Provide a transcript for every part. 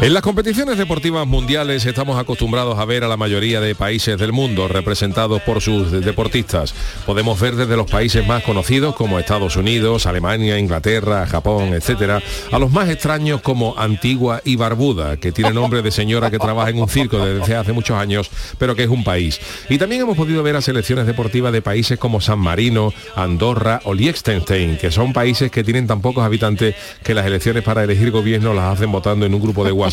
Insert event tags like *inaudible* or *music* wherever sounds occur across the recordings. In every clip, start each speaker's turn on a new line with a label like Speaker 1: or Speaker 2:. Speaker 1: En las competiciones deportivas mundiales estamos acostumbrados a ver a la mayoría de países del mundo representados por sus deportistas. Podemos ver desde los países más conocidos como Estados Unidos, Alemania, Inglaterra, Japón, etc., a los más extraños como Antigua y Barbuda, que tiene nombre de señora que trabaja en un circo desde hace muchos años, pero que es un país. Y también hemos podido ver a selecciones deportivas de países como San Marino, Andorra o Liechtenstein, que son países que tienen tan pocos habitantes que las elecciones para elegir gobierno las hacen votando en un grupo de WhatsApp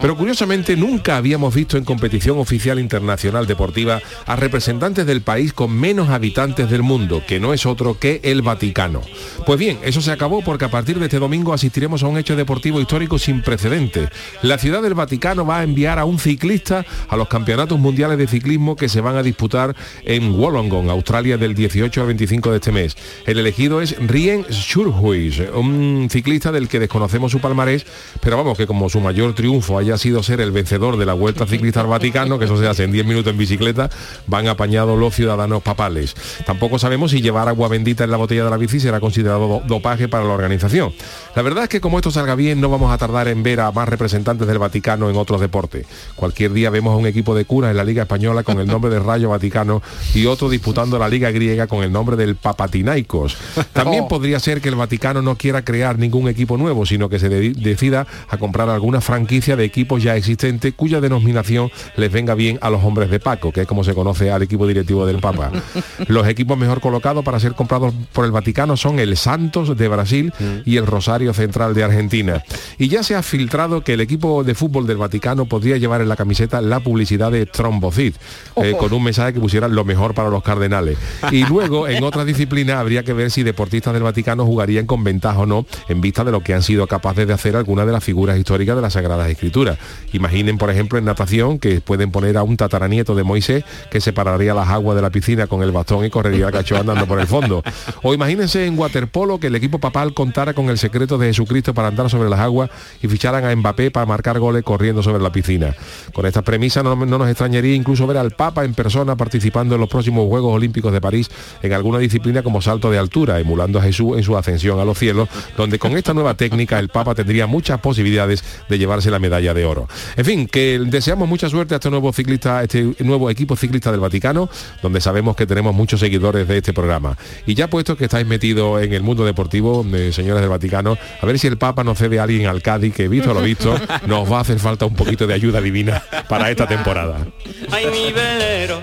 Speaker 1: pero curiosamente nunca habíamos visto en competición oficial internacional deportiva a representantes del país con menos habitantes del mundo, que no es otro que el Vaticano. Pues bien, eso se acabó porque a partir de este domingo asistiremos a un hecho deportivo histórico sin precedentes. La ciudad del Vaticano va a enviar a un ciclista a los campeonatos mundiales de ciclismo que se van a disputar en Wollongong, Australia, del 18 al 25 de este mes. El elegido es Rien Schurhuis, un ciclista del que desconocemos su palmarés, pero vamos que como su mayor triunfo haya sido ser el vencedor de la Vuelta Ciclista al Vaticano, que eso se hace en 10 minutos en bicicleta, van apañados los ciudadanos papales. Tampoco sabemos si llevar agua bendita en la botella de la bici será considerado dopaje para la organización. La verdad es que como esto salga bien, no vamos a tardar en ver a más representantes del Vaticano en otros deportes. Cualquier día vemos a un equipo de curas en la Liga Española con el nombre de Rayo Vaticano y otro disputando la Liga Griega con el nombre del Papatinaicos. También podría ser que el Vaticano no quiera crear ningún equipo nuevo, sino que se de decida a comprar alguna franquicia de equipos ya existentes cuya denominación les venga bien a los hombres de Paco, que es como se conoce al equipo directivo del Papa. los equipos mejor colocados para ser comprados por el Vaticano son el Santos de Brasil y el Rosario Central de Argentina. Y ya se ha filtrado que el equipo de fútbol del Vaticano podría llevar en la camiseta la publicidad de Trombocid, eh, con un mensaje que pusiera lo mejor para los cardenales. Y luego, en otras disciplinas, habría que ver si deportistas del Vaticano jugarían con ventaja o no, en vista de lo que han sido capaces de hacer algunas de las figuras históricas de la Sagradas Escrituras. Imaginen, por ejemplo, en natación que pueden poner a un tataranieto de Moisés que separaría las aguas de la piscina con el bastón y correría el cacho andando por el fondo. O imagínense en waterpolo que el equipo papal contara con el secreto de Jesucristo para andar sobre las aguas y ficharan a Mbappé para marcar goles corriendo sobre la piscina. Con estas premisas no, no nos extrañaría incluso ver al Papa en persona participando en los próximos Juegos Olímpicos de París en alguna disciplina como salto de altura, emulando a Jesús en su ascensión a los cielos, donde con esta nueva técnica el Papa tendría muchas posibilidades de llevar llevarse la medalla de oro. En fin, que deseamos mucha suerte a este nuevo ciclista, a este nuevo equipo ciclista del Vaticano, donde sabemos que tenemos muchos seguidores de este programa. Y ya puesto que estáis metidos en el mundo deportivo, eh, señores del Vaticano, a ver si el Papa nos cede a alguien al Cádiz, que visto lo visto, nos va a hacer falta un poquito de ayuda divina para esta temporada.
Speaker 2: Ay, mi velero,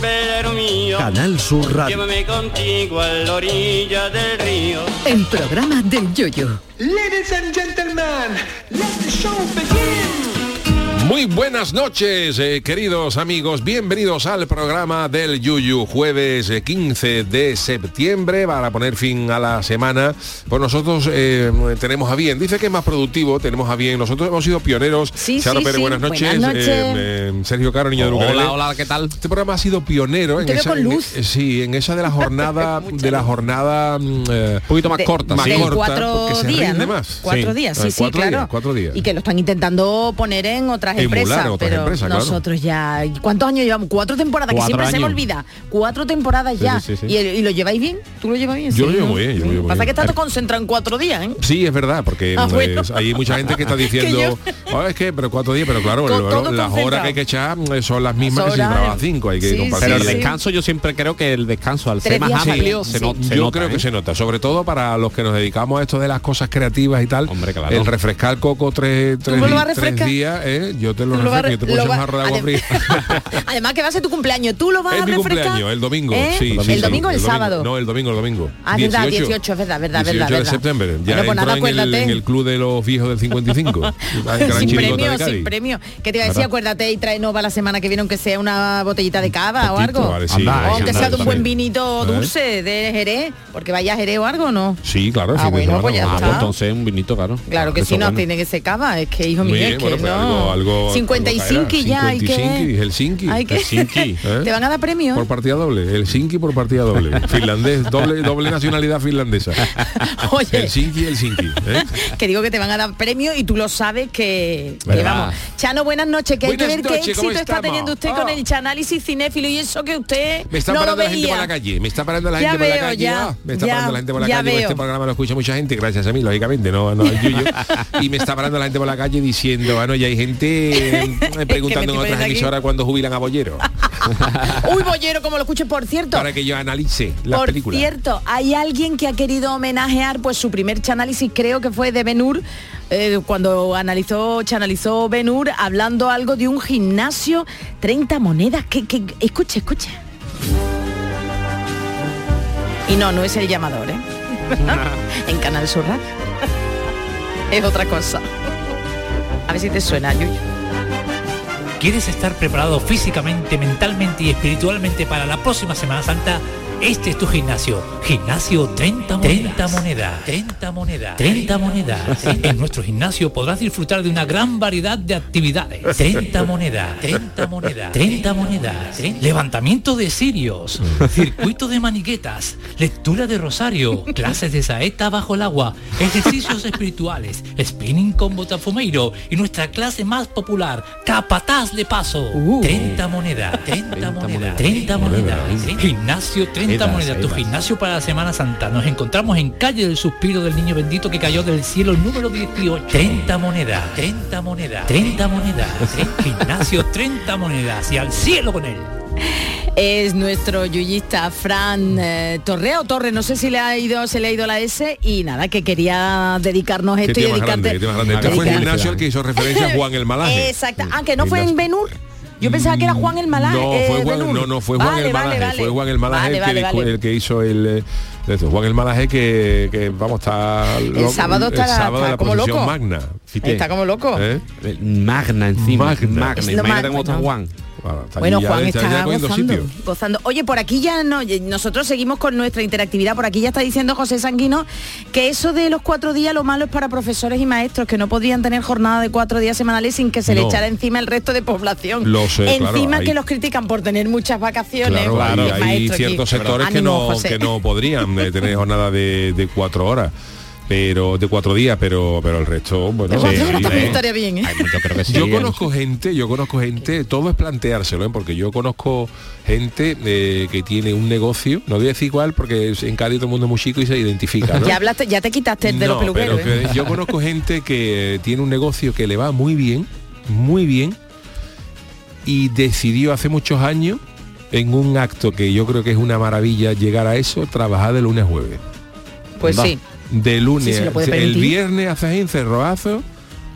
Speaker 2: velero mío,
Speaker 3: Canal Sur Radio.
Speaker 2: llévame contigo a la orilla del río.
Speaker 4: El programa del Yoyo.
Speaker 5: Ladies and gentlemen, let the show begin.
Speaker 1: Muy buenas noches, eh, queridos amigos. Bienvenidos al programa del Yuyu, jueves eh, 15 de septiembre, para poner fin a la semana. Pues nosotros eh, tenemos a bien, dice que es más productivo, tenemos a bien. Nosotros hemos sido pioneros.
Speaker 6: Sí,
Speaker 1: Charo
Speaker 6: sí,
Speaker 1: Pérez,
Speaker 6: sí.
Speaker 1: buenas noches. Eh, em,
Speaker 6: Buenas noches.
Speaker 1: Sergio Caro, niño de Ucrania.
Speaker 7: Hola, hola, ¿qué tal?
Speaker 1: Este programa ha sido pionero en
Speaker 6: Te veo
Speaker 1: esa,
Speaker 6: con
Speaker 1: en-
Speaker 6: luz.
Speaker 1: eh, sí, en esa
Speaker 6: *laughs*
Speaker 1: de la jornada, de la jornada mm, eh,
Speaker 7: Un poquito más
Speaker 6: De-
Speaker 7: corta,
Speaker 1: más
Speaker 7: sí.
Speaker 6: del
Speaker 1: corta,
Speaker 6: cuatro
Speaker 1: porque se
Speaker 6: días,
Speaker 1: rinde
Speaker 6: ¿no?
Speaker 1: más.
Speaker 6: Cuatro
Speaker 1: Sí.
Speaker 6: días,
Speaker 1: Ah,
Speaker 6: sí, sí,
Speaker 1: cuatro
Speaker 6: claro.
Speaker 1: días, cuatro días.
Speaker 6: Y que lo están intentando poner en otras
Speaker 1: Emular
Speaker 6: empresas,
Speaker 1: otras
Speaker 6: pero
Speaker 1: empresas, claro.
Speaker 6: nosotros ya. ¿Cuántos años llevamos? Cuatro temporadas, que
Speaker 7: Cuatro
Speaker 6: siempre se me
Speaker 7: años.
Speaker 6: olvida. Cuatro temporadas
Speaker 7: Sí,
Speaker 6: ya.
Speaker 7: sí, sí, sí.
Speaker 6: ¿Y, el- y lo lleváis bien? ¿Tú lo llevas bien?
Speaker 1: Yo lo
Speaker 6: Sí,
Speaker 1: llevo
Speaker 6: ¿no?
Speaker 1: bien, yo lo llevo
Speaker 6: Pasa
Speaker 1: bien.
Speaker 6: que estás
Speaker 1: Ay.
Speaker 6: concentrado en cuatro días, ¿eh?
Speaker 1: Sí, es verdad, porque
Speaker 6: Ah,
Speaker 1: eh,
Speaker 6: bueno.
Speaker 1: hay mucha gente que
Speaker 6: *laughs*
Speaker 1: está
Speaker 6: Que
Speaker 1: diciendo, "Ah, es que, pero cuatro días, pero claro,
Speaker 6: Con
Speaker 1: lo-
Speaker 6: todo
Speaker 1: las
Speaker 6: concentrado.
Speaker 1: horas que hay que echar eh, son las
Speaker 6: Las
Speaker 1: mismas que si se
Speaker 6: horas,
Speaker 1: trabaja cinco, hay que
Speaker 6: sí,
Speaker 1: compartir.
Speaker 7: Pero el
Speaker 6: sí.
Speaker 7: descanso yo siempre creo que el descanso al
Speaker 6: Tres
Speaker 7: ser más
Speaker 6: días
Speaker 7: amplio
Speaker 6: sí.
Speaker 7: se, no- se
Speaker 1: Yo
Speaker 7: nota,
Speaker 1: creo que
Speaker 7: ¿eh?
Speaker 1: se nota, sobre todo para los que nos dedicamos a esto de las cosas creativas y tal.
Speaker 7: Hombre, claro.
Speaker 1: El refrescar coco tres, tres,
Speaker 6: me lo vas a
Speaker 1: tres
Speaker 6: refrescar?
Speaker 1: días, eh, yo te lo
Speaker 6: Tú lo vas-
Speaker 1: refresco, yo te puedo
Speaker 6: lo
Speaker 1: echar
Speaker 6: va-
Speaker 1: un jarro de agua
Speaker 6: adem-
Speaker 1: fría.
Speaker 6: *laughs* Además que va a ser tu cumpleaños. Tú lo vas
Speaker 1: Es
Speaker 6: a
Speaker 1: mi
Speaker 6: refrescar.
Speaker 1: cumpleaños, el domingo.
Speaker 6: ¿Eh?
Speaker 1: Sí, sí,
Speaker 6: el
Speaker 1: sí,
Speaker 6: domingo o el
Speaker 1: domingo.
Speaker 6: sábado.
Speaker 1: No, el domingo, el domingo.
Speaker 6: Ah, es verdad, 18, es verdad, verdad,
Speaker 1: 18
Speaker 6: verdad,
Speaker 1: de
Speaker 6: verdad.
Speaker 1: septiembre. Ya
Speaker 6: Bueno, pues
Speaker 1: entro
Speaker 6: nada,
Speaker 1: en, el,
Speaker 6: acuérdate.
Speaker 1: en el club de los viejos
Speaker 6: *laughs*
Speaker 1: del 55. al Gran
Speaker 6: sin
Speaker 1: Chirigota de
Speaker 6: premio,
Speaker 1: Cádiz.
Speaker 6: sin premio. Que te iba a decir,
Speaker 1: ¿Verdad?
Speaker 6: acuérdate y trae nova la semana que viene, aunque sea una botellita de cava o
Speaker 1: Poquito,
Speaker 6: algo.
Speaker 1: vale, sí,
Speaker 7: Anda,
Speaker 1: vale,
Speaker 6: O aunque
Speaker 1: sí,
Speaker 6: sea de un
Speaker 1: también.
Speaker 6: buen vinito
Speaker 1: ¿Eh?
Speaker 6: dulce de Jerez, porque vaya a Jerez o algo, ¿no?
Speaker 1: Sí, claro, el
Speaker 6: Ah,
Speaker 1: fin de
Speaker 6: bueno,
Speaker 1: semana,
Speaker 6: pues ya
Speaker 1: vamos.
Speaker 7: Ah,
Speaker 6: está.
Speaker 7: pues entonces un vinito, claro.
Speaker 6: Claro que
Speaker 7: Eso
Speaker 6: sí, no
Speaker 7: bueno.
Speaker 6: tiene que ser cava, es que hijo
Speaker 1: Muy
Speaker 6: mío,
Speaker 1: bien,
Speaker 6: es que
Speaker 1: bueno, pero
Speaker 6: no.
Speaker 1: algo- algo-
Speaker 6: 55
Speaker 1: algo caerá.
Speaker 6: ya hay que
Speaker 1: 55,
Speaker 6: ver.
Speaker 1: Helsinki.
Speaker 6: Hay que- *laughs*
Speaker 7: Helsinki,
Speaker 1: ¿eh?
Speaker 6: Te van a dar premio.
Speaker 1: Por partida doble, Helsinki por partida doble. Finlandés, doble, doble nacionalidad
Speaker 6: *laughs*
Speaker 1: finlandesa.
Speaker 6: *laughs* Oye.
Speaker 1: Helsinki, Helsinki. ¿eh?
Speaker 6: *laughs* que digo que te van a dar premio y tú lo sabes que, que
Speaker 1: Verdad.
Speaker 6: vamos. Chano, buenas noches, que hay que
Speaker 1: Buenas
Speaker 6: ver
Speaker 1: noches,
Speaker 6: qué
Speaker 1: ¿cómo
Speaker 6: éxito está
Speaker 1: estamos?
Speaker 6: teniendo usted
Speaker 1: Ah.
Speaker 6: con el análisis cinéfilo y eso que usted
Speaker 1: Me está
Speaker 6: no lo
Speaker 1: parando la gente
Speaker 6: veía.
Speaker 1: por la calle, me está parando la
Speaker 6: Ya
Speaker 1: gente por
Speaker 6: veo,
Speaker 1: la calle.
Speaker 6: ya,
Speaker 1: ah, me está
Speaker 6: ya,
Speaker 1: parando la gente por la
Speaker 6: ya
Speaker 1: calle. porque
Speaker 6: veo.
Speaker 1: Este programa lo escucha mucha gente, gracias a mí, lógicamente, no, no al yuyo.
Speaker 6: *laughs*
Speaker 1: Y me está parando la gente por la calle diciendo, bueno, ya hay gente eh, preguntando en
Speaker 6: pones
Speaker 1: otras
Speaker 6: aquí.
Speaker 1: emisoras cuándo jubilan a Bollero.
Speaker 6: *laughs* Uy, Bollero, como lo escuché, por cierto.
Speaker 1: para que yo analice las
Speaker 6: Por
Speaker 1: películas.
Speaker 6: cierto, hay alguien que ha querido homenajear pues su primer chanálisis, creo que fue de Benur, cuando analizó, chanalizó Benur hablando algo de un gimnasio, 30 monedas, que, que escucha, escucha. Y no, no es el
Speaker 1: *laughs*
Speaker 6: llamador, ¿eh? *laughs* en Canal Sur Radio. es otra cosa. A ver si te suena, Yuyu.
Speaker 3: ¿Quieres estar preparado físicamente, mentalmente y espiritualmente para la próxima Semana Santa? Este es tu gimnasio. Gimnasio 30 monedas. 30 monedas. 30 monedas. 30 monedas. En nuestro gimnasio podrás disfrutar de una gran variedad de actividades. 30 monedas. 30 monedas. 30 monedas. Levantamiento de cirios. Circuito de maniquetas. Lectura de *laughs* rosario. Clases de saeta bajo el agua. Ejercicios espirituales. Spinning con botafumeiro. Y nuestra clase más popular. Capataz de paso. 30 monedas. 30 Uh. monedas. 30 monedas. Gimnasio 30
Speaker 7: Ahí va,
Speaker 3: monedas.
Speaker 7: ahí
Speaker 3: Tu
Speaker 7: va.
Speaker 3: gimnasio para la Semana Santa. Nos encontramos en calle del suspiro del niño bendito que cayó del cielo número 18. 30 monedas. 30 monedas. 30 monedas. Gimnasio 30 monedas. Y al cielo con él.
Speaker 6: Es nuestro yuyista Fran eh, Torrea o Torre, no sé si le ha ido, se le ha ido la S y nada, que quería dedicarnos
Speaker 1: Qué
Speaker 6: esto y
Speaker 1: tío más grande,
Speaker 6: dedicarte.
Speaker 1: qué tío más grande. Este
Speaker 7: Dedicar-
Speaker 1: fue el
Speaker 6: dedicar-
Speaker 1: gimnasio al que hizo referencia Juan el Malaje. Mm.
Speaker 6: Exacto. Ah, que no fue en Benur. Yo pensaba que era Juan el Malaje.
Speaker 1: No,
Speaker 6: eh,
Speaker 1: fue Juan,
Speaker 6: Benur.
Speaker 1: no, no, fue Juan
Speaker 6: Vale,
Speaker 1: el
Speaker 6: vale,
Speaker 1: Malaje,
Speaker 6: vale.
Speaker 1: fue Juan el Malaje
Speaker 6: Vale,
Speaker 1: el,
Speaker 6: vale,
Speaker 1: que, discu-
Speaker 6: vale.
Speaker 1: el que hizo el eh, esto, Juan el Malaje que, que, vamos está lo-
Speaker 6: sábado
Speaker 1: el
Speaker 6: estará-
Speaker 1: sábado
Speaker 6: está
Speaker 1: de la
Speaker 6: como
Speaker 1: procesión
Speaker 6: loco.
Speaker 1: magna. Fíjate.
Speaker 6: Está como loco.
Speaker 1: ¿Eh?
Speaker 7: El Magna encima.
Speaker 1: Magna.
Speaker 7: Magna.
Speaker 6: Es lo
Speaker 7: Imagínate
Speaker 6: magna.
Speaker 7: cómo está Juan.
Speaker 1: Bueno, está
Speaker 6: Bueno,
Speaker 1: aquí ya-
Speaker 6: Juan
Speaker 1: está ya
Speaker 6: está
Speaker 1: cogiendo
Speaker 6: gozando,
Speaker 1: sitio.
Speaker 6: gozando. Oye, por aquí ya no, y- nosotros seguimos con nuestra interactividad. Por aquí ya está diciendo José Sanguino que eso de los cuatro días lo malo es para profesores y maestros que no podrían tener jornada de cuatro días semanales sin que se le
Speaker 1: No.
Speaker 6: echara encima el resto de población.
Speaker 1: Lo sé, claro,
Speaker 6: encima
Speaker 1: hay-
Speaker 6: que los critican por tener muchas vacaciones. Pues,
Speaker 1: Claro,
Speaker 6: Guau,
Speaker 1: hay,
Speaker 6: el
Speaker 1: hay
Speaker 6: maestro aquí.
Speaker 1: ciertos sectores que
Speaker 6: Ánimo,
Speaker 1: no,
Speaker 6: *laughs* José.
Speaker 1: que no podrían eh, tener jornada de, de cuatro horas, pero de cuatro días, pero pero el resto, bueno,
Speaker 6: De cuatro
Speaker 1: sí,
Speaker 6: horas
Speaker 1: sí,
Speaker 6: también
Speaker 1: eh.
Speaker 6: estaría bien, ¿eh?
Speaker 7: Yo creo que sí.
Speaker 1: Yo conozco gente, yo conozco gente, todo es planteárselo, ¿eh? porque yo conozco gente eh, que tiene un negocio, no voy a decir cuál, porque es- en Cádiz todo el mundo es muy chico y se identifica.
Speaker 6: *laughs*
Speaker 1: ¿no?
Speaker 6: Ya hablaste, ya te quitaste el de los
Speaker 1: No, pero
Speaker 6: peluqueros. ¿eh?
Speaker 1: que yo conozco gente que eh, tiene un negocio que le va muy bien, muy bien, y decidió hace muchos años, en un acto que yo creo que es una maravilla llegar a eso, trabajar de lunes a jueves.
Speaker 6: Pues
Speaker 1: Va.
Speaker 6: sí,
Speaker 1: De
Speaker 6: Sí,
Speaker 1: lunes,
Speaker 6: se lo puede
Speaker 1: el
Speaker 6: permitir.
Speaker 1: viernes haces en cerroazo,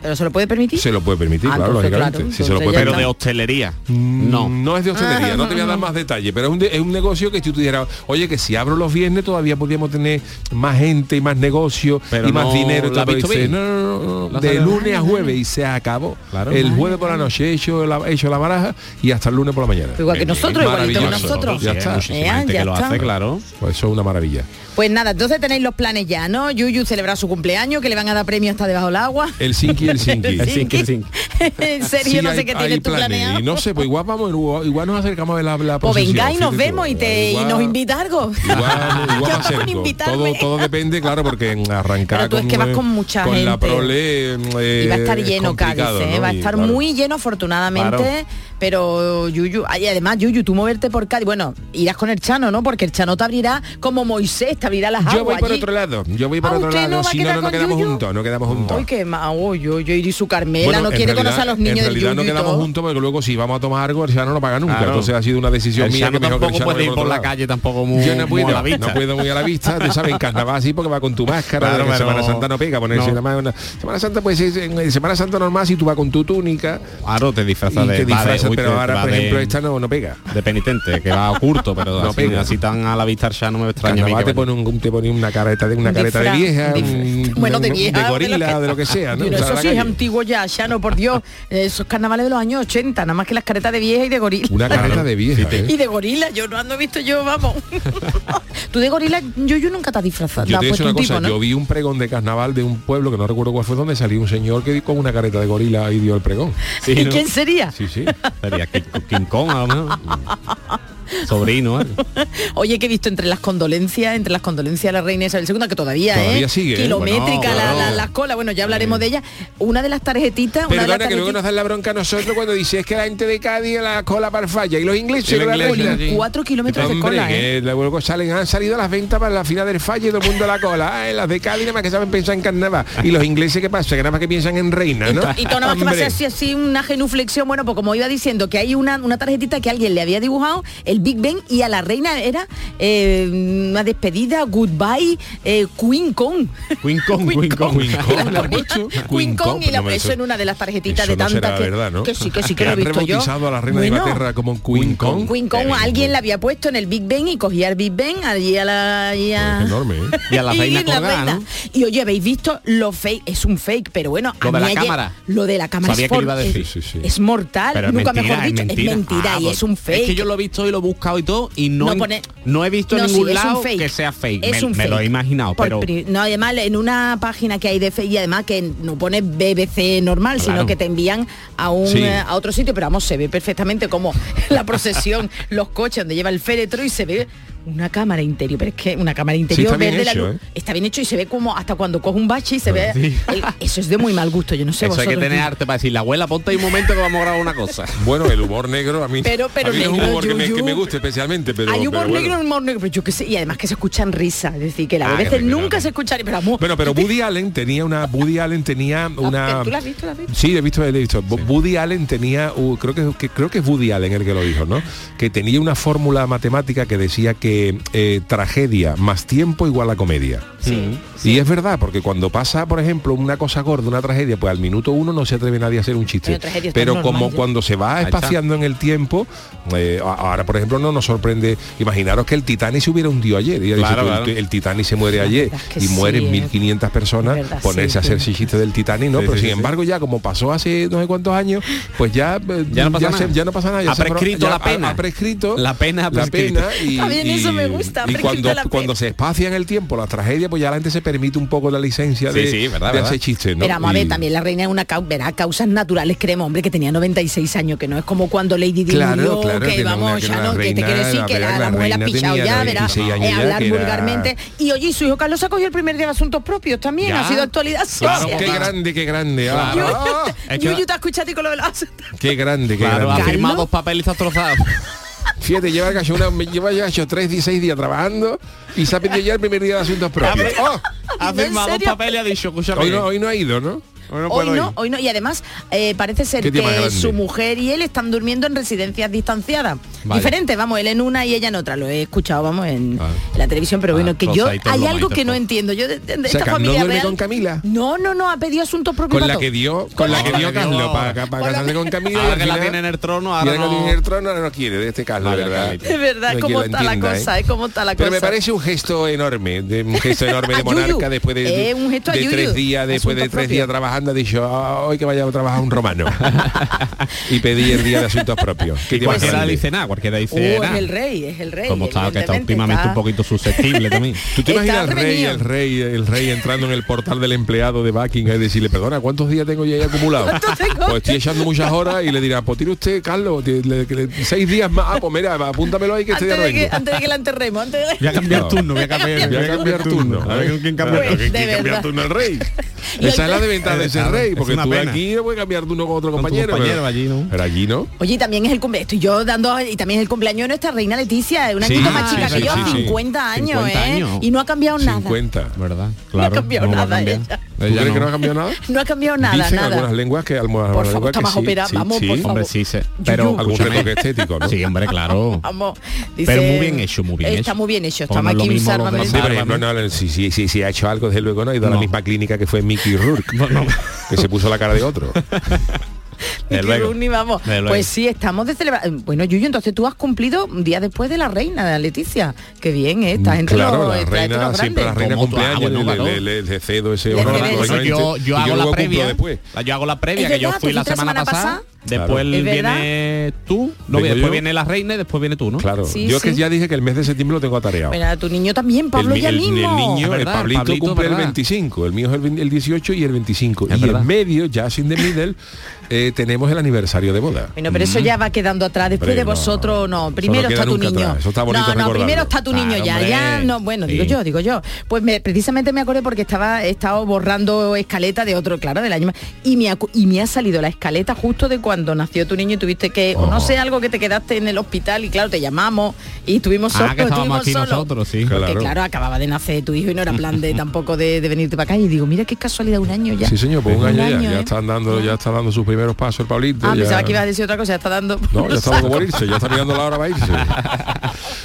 Speaker 6: pero se lo puede permitir.
Speaker 1: se lo puede permitir,
Speaker 6: Ah,
Speaker 1: claro,
Speaker 6: entonces,
Speaker 1: lógicamente.
Speaker 6: claro,
Speaker 1: si se lo
Speaker 6: entonces
Speaker 1: puede
Speaker 6: ya
Speaker 1: permitir.
Speaker 7: Pero de hostelería.
Speaker 1: No.
Speaker 7: No.
Speaker 1: No es de hostelería,
Speaker 6: Ah,
Speaker 1: no te voy a dar más detalle, pero es un, de- es un negocio que si tú dijeras, oye, que si abro los viernes todavía podríamos tener más gente y más negocio
Speaker 7: Pero
Speaker 1: y más
Speaker 7: no
Speaker 1: dinero. y
Speaker 7: la
Speaker 1: todo,
Speaker 7: has visto
Speaker 1: y dice,
Speaker 7: bien.
Speaker 1: no, no, no, no,
Speaker 7: La
Speaker 1: de
Speaker 7: sacado.
Speaker 1: lunes a jueves y se acabó.
Speaker 7: Claro.
Speaker 1: El jueves por la noche he hecho la, he hecho la baraja y hasta el lunes por la mañana.
Speaker 6: Igual que nosotros, igualito que
Speaker 1: Maravilloso.
Speaker 6: nosotros.
Speaker 1: Ya
Speaker 7: Sí,
Speaker 1: está.
Speaker 7: hay muchísima
Speaker 6: Eh,
Speaker 7: gente
Speaker 6: ya
Speaker 7: que lo
Speaker 6: está.
Speaker 7: hace, claro.
Speaker 1: Pues eso es una maravilla.
Speaker 6: Pues nada, entonces tenéis los planes ya, ¿no? Yuyu celebra su cumpleaños, que le van a dar premio hasta debajo del agua.
Speaker 1: El Sinki,
Speaker 6: *laughs*
Speaker 1: el Sinki.
Speaker 7: El Sinki, el Sinki.
Speaker 6: en serio,
Speaker 1: Sí,
Speaker 6: no sé
Speaker 1: hay-
Speaker 6: qué
Speaker 1: hay
Speaker 6: tienes tú
Speaker 1: planes,
Speaker 6: planeado.
Speaker 1: Y no sé, pues igual vamos, igual, igual nos acercamos a la, la
Speaker 6: o
Speaker 1: procesión,
Speaker 6: venga y nos
Speaker 1: fíjate tú.
Speaker 6: vemos y, te, y
Speaker 1: Igual-
Speaker 6: nos invita algo.
Speaker 1: Igual, igual
Speaker 6: Yo
Speaker 1: me
Speaker 6: con
Speaker 1: acerco.
Speaker 6: invitarme.
Speaker 1: todo, todo depende, claro, porque en arrancar
Speaker 6: Pero tú es que vas
Speaker 1: eh,
Speaker 6: con mucha
Speaker 1: con la
Speaker 6: gente.
Speaker 1: prole eh,
Speaker 6: y *laughs* va a estar
Speaker 1: es
Speaker 6: lleno Cádiz,
Speaker 1: complicado,
Speaker 6: ¿eh?
Speaker 1: ¿no?
Speaker 6: va a
Speaker 1: Y,
Speaker 6: estar
Speaker 1: claro.
Speaker 6: muy lleno afortunadamente. Pero Yuyu, ay, además Yuyu, tú moverte por Cádiz, bueno, irás con el Chano, ¿no? Porque el Chano te abrirá como Moisés, te abrirá las
Speaker 1: Yo
Speaker 6: aguas
Speaker 1: voy por
Speaker 6: allí.
Speaker 1: otro lado, yo voy por
Speaker 6: Ah,
Speaker 1: otro
Speaker 6: ¿usted no
Speaker 1: lado.
Speaker 6: va a
Speaker 1: Si no,
Speaker 6: quedar
Speaker 1: no, no
Speaker 6: con
Speaker 1: quedamos
Speaker 6: Yuyu?
Speaker 1: juntos, no quedamos juntos.
Speaker 6: Ay, qué mao, yo, yo y su Carmela,
Speaker 1: Bueno,
Speaker 6: no
Speaker 1: en
Speaker 6: quiere
Speaker 1: realidad-
Speaker 6: conocer a los
Speaker 1: En
Speaker 6: niños del
Speaker 1: realidad no
Speaker 6: Yuyu y
Speaker 1: quedamos
Speaker 6: todo.
Speaker 1: juntos porque luego si vamos a tomar algo, el Chano no paga nunca.
Speaker 7: Claro.
Speaker 1: Entonces ha sido una decisión
Speaker 7: Ah, El
Speaker 1: mía que
Speaker 7: Chano
Speaker 1: mejor que el
Speaker 7: tampoco
Speaker 1: Chano
Speaker 7: puede ir
Speaker 1: otro
Speaker 7: por la
Speaker 1: lado.
Speaker 7: calle tampoco muy,
Speaker 1: Yo no
Speaker 7: muy
Speaker 1: puedo,
Speaker 7: a la vista.
Speaker 1: no puedo muy a la vista, tú sabes, en carnaval sí, porque va con tu máscara,
Speaker 7: Claro,
Speaker 1: de que
Speaker 7: pero
Speaker 1: Semana
Speaker 7: no-
Speaker 1: Santa no pega, ponerse
Speaker 7: no.
Speaker 1: nada más una- Semana Santa pues es en, en Semana Santa normal si tú vas con tu túnica
Speaker 7: Claro, te disfrazas
Speaker 1: y
Speaker 7: de,
Speaker 1: te
Speaker 7: va de-
Speaker 1: disfrazas,
Speaker 7: uy,
Speaker 1: pero
Speaker 7: te-
Speaker 1: ahora
Speaker 7: va
Speaker 1: por
Speaker 7: de-
Speaker 1: ejemplo esta no, no pega.
Speaker 7: de penitente, que va oculto, pero
Speaker 1: No
Speaker 7: así,
Speaker 1: pega.
Speaker 7: así tan a la vista el Chano me extraña a mí
Speaker 1: Carnaval
Speaker 7: que
Speaker 1: te
Speaker 7: vaya.
Speaker 1: pone, un, te pone una careta de una
Speaker 6: Un
Speaker 1: careta
Speaker 6: disfraz,
Speaker 1: de vieja,
Speaker 6: un disfraz.
Speaker 1: un-
Speaker 6: Bueno, de
Speaker 1: un-
Speaker 6: vieja,
Speaker 1: de gorila, de lo que sea, ¿no?
Speaker 6: *laughs* Bueno,
Speaker 1: Sal a
Speaker 6: eso
Speaker 1: la
Speaker 6: sí es
Speaker 1: calle.
Speaker 6: antiguo ya, ya no, por Dios. Esos carnavales de los años 80, nada más que las caretas de vieja y de gorila.
Speaker 1: Una careta de vieja. ¿eh?
Speaker 6: Y de gorila, yo no ando visto yo,
Speaker 1: *laughs*
Speaker 6: vamos. Tú de gorila, yo, yo nunca te has disfrazado.
Speaker 1: Yo
Speaker 6: te
Speaker 1: te
Speaker 6: has
Speaker 1: voy a decir
Speaker 6: puesto
Speaker 1: una
Speaker 6: un
Speaker 1: cosa,
Speaker 6: tipo, ¿no?
Speaker 1: yo vi un pregón de carnaval de un pueblo que no recuerdo cuál fue donde salió un señor que con una careta de gorila y dio el pregón.
Speaker 7: Sí,
Speaker 6: ¿Y
Speaker 7: ¿no?
Speaker 6: quién sería?
Speaker 1: Sí, sí.
Speaker 7: Sería King, King Kong, a lo mejor. Sobrino, ¿eh?
Speaker 6: *laughs* Oye, que he visto entre las condolencias, entre las condolencias de la reina Isabel II, que todavía,
Speaker 1: Todavía
Speaker 6: ¿eh?
Speaker 1: sigue, ¿eh?
Speaker 6: Kilométrica
Speaker 1: Bueno,
Speaker 6: la-
Speaker 1: claro.
Speaker 6: la- las colas. Bueno, ya hablaremos de ella. Una de las tarjetitas, una de las
Speaker 1: Perdona que luego
Speaker 6: tarjetitas.
Speaker 1: nos dan la bronca a nosotros cuando dice es que la gente de Cádiz la cola para el falla y los ingleses
Speaker 7: Y los
Speaker 1: con la
Speaker 7: ingleses
Speaker 1: regla".
Speaker 7: allí.
Speaker 6: Cuatro kilómetros de
Speaker 1: Hombre,
Speaker 6: cola, ¿eh?
Speaker 1: que luego salen, han salido las ventas para la final del fallo y todo el mundo a la cola. Ay, las de Cádiz nada más que saben pensar en carnaval. Y los ingleses qué pasa, que nada más que piensan en reina, ¿no?
Speaker 6: Y todo nada más que va a
Speaker 1: Hombre.
Speaker 6: ser así, así una genuflexión. Bueno, pues como iba diciendo, que hay una, una tarjetita que alguien le había dibujado, el Big Ben, y a la reina era eh, una despedida, goodbye, eh, Queen Kong.
Speaker 7: Queen Kong, Queen Kong.
Speaker 1: Queen
Speaker 6: *laughs*
Speaker 1: Kong.
Speaker 6: Y la
Speaker 1: ¿la han
Speaker 6: ponía-
Speaker 1: hecho?
Speaker 6: Queen Kong y
Speaker 1: pero
Speaker 6: la
Speaker 1: no me-
Speaker 6: eso en una de las tarjetitas
Speaker 1: eso
Speaker 6: de
Speaker 1: no
Speaker 6: tantas
Speaker 1: será
Speaker 6: que,
Speaker 1: verdad, ¿no?
Speaker 6: que sí, que sí, que, lo he
Speaker 1: han
Speaker 6: visto yo.
Speaker 1: rebautizado a la reina
Speaker 6: Bueno,
Speaker 1: de Inglaterra como Queen Kong.
Speaker 6: Queen Kong, alguien la había puesto en el Big Ben y cogía el Big Ben allí a la... allí a-
Speaker 1: Es enorme, ¿eh?
Speaker 7: Pues
Speaker 6: *laughs*
Speaker 7: Y a la reina
Speaker 6: la
Speaker 7: colgada,
Speaker 6: reina.
Speaker 7: ¿no?
Speaker 6: Y oye, habéis visto lo fake, es un fake, pero bueno,
Speaker 7: Lo
Speaker 6: a
Speaker 7: de
Speaker 6: mí
Speaker 7: la
Speaker 6: ayer-
Speaker 7: cámara.
Speaker 6: Lo de la cámara
Speaker 7: Sabía
Speaker 6: es,
Speaker 7: que
Speaker 6: for-
Speaker 7: lo iba a decir,
Speaker 6: es-
Speaker 1: sí, sí.
Speaker 6: es mortal,
Speaker 7: Pero es
Speaker 6: nunca
Speaker 7: mentira,
Speaker 6: mejor dicho, es mentira,
Speaker 7: Ah,
Speaker 6: y
Speaker 7: pues,
Speaker 6: es un fake.
Speaker 7: Es que yo lo he visto y lo he buscado y todo y no,
Speaker 6: No
Speaker 7: en-
Speaker 6: pone-
Speaker 7: no he visto en
Speaker 6: No, sí,
Speaker 7: ningún
Speaker 6: es un
Speaker 7: lado
Speaker 6: fake.
Speaker 7: que sea fake.
Speaker 6: Es
Speaker 7: me,
Speaker 6: un
Speaker 7: me lo he
Speaker 6: fake.
Speaker 7: imaginado,
Speaker 6: Por
Speaker 7: pero
Speaker 6: pri- no, además en una página que hay de fe y además que no pone BBC normal, sino
Speaker 7: Claro.
Speaker 6: que te envían a un
Speaker 1: Sí.
Speaker 6: eh, a otro sitio, pero vamos, se ve perfectamente como *laughs* la procesión, *laughs* los coches donde lleva el féretro y se ve una cámara interior, pero es que una cámara interior
Speaker 1: está bien
Speaker 6: verde la
Speaker 1: hecho,
Speaker 6: luz.
Speaker 1: ¿eh?
Speaker 6: Está bien hecho y se ve como hasta cuando coge un bache y se ve. el- eso es de muy mal gusto, yo no sé
Speaker 7: Pues eso hay que
Speaker 6: vosotros,
Speaker 7: tener
Speaker 6: tío.
Speaker 7: arte para decir, la abuela, ponte ahí un momento que vamos a grabar
Speaker 6: *laughs*
Speaker 7: una cosa.
Speaker 1: Bueno, el humor negro a mí,
Speaker 6: Pero- pero
Speaker 1: a mí no es un
Speaker 6: negro,
Speaker 1: humor que me,
Speaker 6: yuyu.
Speaker 1: que me guste especialmente, pero
Speaker 6: Hay humor
Speaker 1: pero bueno.
Speaker 6: negro, humor negro, pero yo qué sé, y además que se escuchan risas, es decir, que la
Speaker 1: Ah,
Speaker 6: veces
Speaker 1: qué rico,
Speaker 6: nunca
Speaker 1: claro.
Speaker 6: se escuchan, pero amor,
Speaker 1: Bueno, pero Woody Allen tenía una Woody Allen tenía
Speaker 6: Ah,
Speaker 1: una
Speaker 6: ¿Tú la has visto, la has visto?
Speaker 1: Sí, he visto, he visto. Bo- Woody Allen tenía, uh, creo que, que- creo que es Woody Allen el que lo dijo, ¿no? Que tenía una fórmula matemática que decía que eh, tragedia más tiempo igual a comedia.
Speaker 7: Mm.
Speaker 6: Sí.
Speaker 1: Y es verdad, porque cuando pasa, por ejemplo, una cosa gorda, una tragedia, pues al minuto uno no se atreve nadie a hacer un chiste.
Speaker 6: Pero tragedia está
Speaker 1: Pero
Speaker 6: normal
Speaker 1: como
Speaker 6: ya.
Speaker 1: cuando se va
Speaker 7: está.
Speaker 1: espaciando en el tiempo, eh, a- ahora, por ejemplo, no nos sorprende. Imaginaros que el Titanic se hubiera hundido ayer. Y ya dices
Speaker 7: Claro,
Speaker 1: tú, el
Speaker 7: claro.
Speaker 1: ti- El, Titanic se muere
Speaker 6: La
Speaker 1: ayer
Speaker 6: verdad es que
Speaker 1: y mueren
Speaker 6: sí, eh.
Speaker 1: 1.500 personas,
Speaker 6: Es verdad,
Speaker 1: ponerse
Speaker 6: sí,
Speaker 1: a hacer
Speaker 6: sí.
Speaker 1: chistes del Titanic, ¿no?
Speaker 7: Sí,
Speaker 1: Pero
Speaker 7: sí,
Speaker 1: sin
Speaker 7: sí.
Speaker 1: embargo, ya como pasó hace no sé cuántos años, pues ya, eh,
Speaker 7: Ya no pasa
Speaker 1: se-
Speaker 7: nada.
Speaker 1: ya no pasa nada. ya
Speaker 7: Ha
Speaker 1: se abro-
Speaker 7: prescrito
Speaker 1: ya
Speaker 7: la
Speaker 1: ha-
Speaker 7: pena.
Speaker 1: Ha prescrito
Speaker 7: La pena ha
Speaker 1: la
Speaker 7: prescrito.
Speaker 1: pena
Speaker 6: *laughs*
Speaker 1: y,
Speaker 6: Está bien,
Speaker 1: y-
Speaker 6: eso me gusta, ha
Speaker 1: y
Speaker 6: prescrito
Speaker 1: cuando,
Speaker 6: la pena.
Speaker 1: cuando se espacia en el tiempo la tragedia, pues ya la gente se permite un poco la licencia
Speaker 7: Sí,
Speaker 1: de,
Speaker 7: sí, verdad,
Speaker 1: de
Speaker 7: verdad.
Speaker 1: hacer chistes, ¿no?
Speaker 6: Pero vamos a ver,
Speaker 1: Y-
Speaker 6: también la reina es una causa, verá, causas naturales, creemos, hombre, que tenía 96 años, que no es como cuando Lady Di
Speaker 1: Claro,
Speaker 6: murió,
Speaker 1: claro,
Speaker 6: que,
Speaker 1: que no,
Speaker 6: vamos,
Speaker 1: una- que
Speaker 6: ya
Speaker 1: una
Speaker 6: no, que te
Speaker 1: reina,
Speaker 6: quiero decir
Speaker 1: la
Speaker 6: que la,
Speaker 1: verdad,
Speaker 6: la
Speaker 1: la
Speaker 6: mujer la ha
Speaker 1: reina
Speaker 6: pillado
Speaker 1: tenía
Speaker 6: ya, verá,
Speaker 1: 96
Speaker 6: eh,
Speaker 1: años ya,
Speaker 6: hablar
Speaker 1: que era-
Speaker 6: vulgarmente. Y oye, y su hijo Carlos ha cogido el primer día de asuntos propios también,
Speaker 7: Ya.
Speaker 6: ha sido actualidad social.
Speaker 1: Claro, qué grande, qué grande. ah,
Speaker 7: Claro.
Speaker 1: ah,
Speaker 7: Es que-
Speaker 6: Yuyu, te has escuchado y con lo de los-
Speaker 1: qué grande, qué
Speaker 7: Claro, ha
Speaker 1: grande.
Speaker 7: firmado
Speaker 6: Carlos.
Speaker 7: dos papeles y está destrozado.
Speaker 1: Fíjate, lleva el cacho, una, lleva el cacho tres, dieciséis días trabajando y se ha pedido ya el primer día de asuntos propios. Oh,
Speaker 7: Ha
Speaker 6: ¿No, en
Speaker 7: firmado dos
Speaker 6: serio?
Speaker 7: papeles y ha dicho, escúchame.
Speaker 1: hoy, no, hoy no ha ido, ¿no?
Speaker 6: hoy
Speaker 7: puedo
Speaker 6: no,
Speaker 7: ir.
Speaker 6: hoy no. Y además eh, parece ser
Speaker 1: pues ¿Qué día más
Speaker 6: que
Speaker 1: grande?
Speaker 6: su mujer y él están durmiendo en residencias distanciadas.
Speaker 7: Vaya.
Speaker 6: Diferentes, vamos, él en una y ella en otra. Lo he escuchado, vamos, en
Speaker 1: Ah.
Speaker 6: la televisión, pero
Speaker 7: Ah,
Speaker 6: bueno, que yo
Speaker 7: Rosaito
Speaker 6: hay
Speaker 7: Bloma,
Speaker 6: algo que no
Speaker 7: Interpol.
Speaker 6: entiendo. Yo de, de- de
Speaker 1: O sea,
Speaker 6: esta
Speaker 1: que no
Speaker 6: familia
Speaker 1: duerme
Speaker 6: real-
Speaker 1: con Camila.
Speaker 6: No, no, no, ha pedido asuntos propios.
Speaker 1: Con
Speaker 6: para
Speaker 1: la
Speaker 6: todo.
Speaker 1: que dio, con la que
Speaker 7: la
Speaker 1: dio
Speaker 7: que dio.
Speaker 1: Carlos para,
Speaker 6: Con la
Speaker 1: para casarse
Speaker 6: que-
Speaker 1: con Camila. y
Speaker 7: Ahora
Speaker 1: al
Speaker 7: Ah, que la
Speaker 1: final-
Speaker 7: tiene en el trono, Ah,
Speaker 1: y
Speaker 7: ahora
Speaker 1: ahora que la tiene en
Speaker 7: no...
Speaker 1: el trono, ahora no quiere de este Carlos, de
Speaker 7: Vale,
Speaker 1: verdad.
Speaker 6: *laughs*
Speaker 7: Carlita.
Speaker 6: Es verdad,
Speaker 1: No hay
Speaker 6: cómo
Speaker 1: quien lo
Speaker 6: está la
Speaker 1: entienda,
Speaker 6: cosa,
Speaker 1: ¿eh?
Speaker 6: ¿eh? cómo está la
Speaker 1: Pero
Speaker 6: cosa.
Speaker 1: me parece un gesto enorme, de, un
Speaker 6: *laughs*
Speaker 1: gesto enorme
Speaker 6: A
Speaker 1: de
Speaker 6: Yuyu.
Speaker 1: monarca después de, de-
Speaker 6: Eh, un gesto a
Speaker 1: de
Speaker 6: Yuyu.
Speaker 1: tres días, después de
Speaker 6: Asuntos
Speaker 1: tres días
Speaker 6: propios.
Speaker 1: trabajando, ha dicho, "Ah,
Speaker 6: *laughs*
Speaker 1: hoy que vaya a trabajar un romano. y pedí el día de asuntos propios. ¿Qué te
Speaker 7: Cualquiera
Speaker 1: imaginas?
Speaker 7: le dice nada, cualquiera dice.
Speaker 6: Uh, es
Speaker 7: "Nah".
Speaker 6: el rey, es el rey.
Speaker 7: como está, que está
Speaker 6: evidentemente,
Speaker 7: últimamente
Speaker 6: está-
Speaker 7: un poquito susceptible también.
Speaker 1: ¿Tú te
Speaker 6: Está
Speaker 1: imaginas al rey,
Speaker 6: revenido.
Speaker 1: el rey, el rey entrando en el portal del empleado de Buckingham y decirle, perdona, ¿cuántos días tengo ya ahí acumulado? Pues estoy echando muchas horas y le dirá, pues tiene usted, Carlos, ti- le- que le- seis días más. Ah, pues mira, apúntamelo ahí que este
Speaker 6: Antes
Speaker 1: día no
Speaker 6: de, que,
Speaker 1: vengo.
Speaker 6: antes de que la enterremos, antes
Speaker 1: *laughs*
Speaker 6: de
Speaker 7: Voy a cambiar
Speaker 1: No.
Speaker 7: turno, voy a cambiar,
Speaker 1: Voy a cambiar turno.
Speaker 7: A ver con quién cambia.
Speaker 6: Pues,
Speaker 1: Pero que-
Speaker 6: de
Speaker 1: que cambiar
Speaker 6: verdad.
Speaker 1: turno el rey.
Speaker 6: Y
Speaker 1: Esa
Speaker 6: el-
Speaker 1: es la desventaja de ser
Speaker 7: Eh, Claro,
Speaker 1: rey,
Speaker 7: es
Speaker 1: porque
Speaker 7: una
Speaker 1: tú
Speaker 7: pena.
Speaker 1: aquí no puedes cambiar turno con otro
Speaker 7: Con tu
Speaker 1: compañero.
Speaker 7: compañero
Speaker 1: pero-
Speaker 7: allí, ¿no?
Speaker 1: Pero allí no.
Speaker 6: Oye, y también es el cumpleaños, estoy yo dando, y también es el cumpleaños de nuestra reina Leticia, es una
Speaker 1: Sí,
Speaker 6: chica más
Speaker 1: sí,
Speaker 6: chica
Speaker 1: sí,
Speaker 6: que yo,
Speaker 1: sí, sí.
Speaker 6: 50 años,
Speaker 7: 50
Speaker 6: ¿eh?
Speaker 7: años.
Speaker 6: Y no ha cambiado nada.
Speaker 1: 50.
Speaker 7: ¿Verdad?
Speaker 6: No ha
Speaker 7: Claro.
Speaker 6: cambiado
Speaker 7: ¿cómo va a
Speaker 6: nada
Speaker 7: cambiar?
Speaker 6: ella.
Speaker 1: ¿Tú
Speaker 7: Ella
Speaker 1: crees que no
Speaker 7: no.
Speaker 1: ha cambiado nada?
Speaker 6: No ha cambiado nada,
Speaker 1: Dicen
Speaker 6: nada.
Speaker 1: algunas lenguas que algunas
Speaker 6: Por
Speaker 1: algunas
Speaker 6: favor,
Speaker 1: lenguas
Speaker 6: está
Speaker 1: que
Speaker 6: más
Speaker 1: sí,
Speaker 6: operada,
Speaker 1: sí,
Speaker 6: vamos,
Speaker 1: sí.
Speaker 6: por favor.
Speaker 7: Hombre, sí, se,
Speaker 6: Yuyu.
Speaker 7: pero
Speaker 1: Algún
Speaker 7: escúchame.
Speaker 1: retoque estético, ¿no?
Speaker 7: Sí, hombre, claro.
Speaker 6: Vamos,
Speaker 7: Pero muy bien hecho, muy bien
Speaker 6: Está
Speaker 7: hecho.
Speaker 6: muy bien hecho,
Speaker 7: Pues
Speaker 6: está
Speaker 7: no es lo
Speaker 6: aquí un
Speaker 7: mismo los
Speaker 6: sálvame.
Speaker 7: de
Speaker 1: Sí, por
Speaker 7: Sálvame.
Speaker 1: ejemplo, no, no, si, si, si, si ha hecho algo, desde luego no ha ido a la
Speaker 7: No.
Speaker 1: misma clínica que fue Mickey Rourke,
Speaker 7: No, no.
Speaker 1: que se puso la cara de otro.
Speaker 6: Ni
Speaker 7: Desde
Speaker 6: que
Speaker 7: luego.
Speaker 6: reunir, vamos.
Speaker 7: Desde luego.
Speaker 6: Pues sí, estamos de celebración. Bueno, Yuyu, entonces tú has cumplido un día después de la reina, de Leticia. Qué bien, ¿eh? Estás entre
Speaker 1: Mm, claro,
Speaker 6: los,
Speaker 1: la
Speaker 6: estás entre
Speaker 1: reina,
Speaker 6: los
Speaker 1: siempre la
Speaker 6: grandes.
Speaker 1: reina
Speaker 7: Como tú,
Speaker 1: cumpleaños,
Speaker 7: ah, bueno,
Speaker 1: le-
Speaker 7: claro.
Speaker 1: le, le- le cedo ese
Speaker 6: Le
Speaker 1: honor.
Speaker 6: cedo eso,
Speaker 7: Por eso
Speaker 1: lógicamente.
Speaker 7: yo,
Speaker 1: Y
Speaker 7: yo hago la
Speaker 1: luego cumplo
Speaker 7: previa.
Speaker 1: después.
Speaker 7: La- Yo hago la previa, que yo
Speaker 6: verdad,
Speaker 7: fui
Speaker 6: ¿tú
Speaker 7: la
Speaker 6: fuiste la
Speaker 7: semana,
Speaker 6: semana
Speaker 7: pasada.
Speaker 6: pasada?
Speaker 7: Después
Speaker 6: Claro. ¿Es
Speaker 7: viene tú, no,
Speaker 1: Vengo
Speaker 7: después
Speaker 1: yo.
Speaker 7: viene la reina y después viene tú, ¿no?
Speaker 1: Claro,
Speaker 6: Sí,
Speaker 1: yo es que
Speaker 6: sí.
Speaker 1: ya dije que el mes de septiembre lo tengo atareado.
Speaker 6: Bueno, a tu niño también,
Speaker 1: El,
Speaker 6: Pablo,
Speaker 1: mi-
Speaker 6: ya
Speaker 1: el-
Speaker 6: mismo.
Speaker 1: el niño, el
Speaker 7: ¿Verdad? El
Speaker 1: Pablito,
Speaker 7: Pablito,
Speaker 1: cumple el
Speaker 7: ¿verdad?
Speaker 1: 25, el mío es el, vein- el 18 y el 25.
Speaker 7: Es
Speaker 1: y
Speaker 7: verdad.
Speaker 1: en medio, ya sin the middle, eh, tenemos el aniversario de boda.
Speaker 6: Bueno, pero eso ya va quedando atrás. Después
Speaker 1: Mm. Hombre,
Speaker 6: de
Speaker 1: no.
Speaker 6: vosotros, no.
Speaker 1: Eso
Speaker 6: Primero
Speaker 1: no queda
Speaker 6: está tu
Speaker 1: nunca
Speaker 6: niño.
Speaker 1: atrás. Eso está bonito
Speaker 6: no, no,
Speaker 1: recordarlo.
Speaker 6: primero está tu
Speaker 7: Claro,
Speaker 6: niño ya.
Speaker 7: hombre.
Speaker 6: Ya no, bueno, digo
Speaker 7: Sí.
Speaker 6: yo, digo yo. Pues me- precisamente me acordé porque estaba, he estado borrando escaleta de otro, claro, del año. Y me, acu- y me ha salido la escaleta justo de cuando nació tu niño y tuviste que, o no
Speaker 1: Oh.
Speaker 6: sé, algo que te quedaste en el hospital y claro, te llamamos y tuvimos
Speaker 7: Ah, que estábamos
Speaker 6: estuvimos
Speaker 7: aquí
Speaker 6: solos.
Speaker 7: nosotros, sí.
Speaker 1: Claro.
Speaker 6: Porque claro, acababa de nacer tu hijo y no era plan
Speaker 1: *laughs*
Speaker 6: de tampoco de, de venirte para acá. Y digo, mira qué casualidad, un año ya.
Speaker 1: Sí, señor, pues un año, ya, ya
Speaker 6: ¿eh?
Speaker 1: están dando, ya está dando sus primeros pasos el Pablito.
Speaker 6: Ah,
Speaker 1: ya-
Speaker 6: pensaba que ibas a decir otra cosa, ya está dando.
Speaker 1: No, ya está
Speaker 6: saco.
Speaker 1: loco por irse, ya está mirando la hora
Speaker 6: *laughs*
Speaker 1: para irse.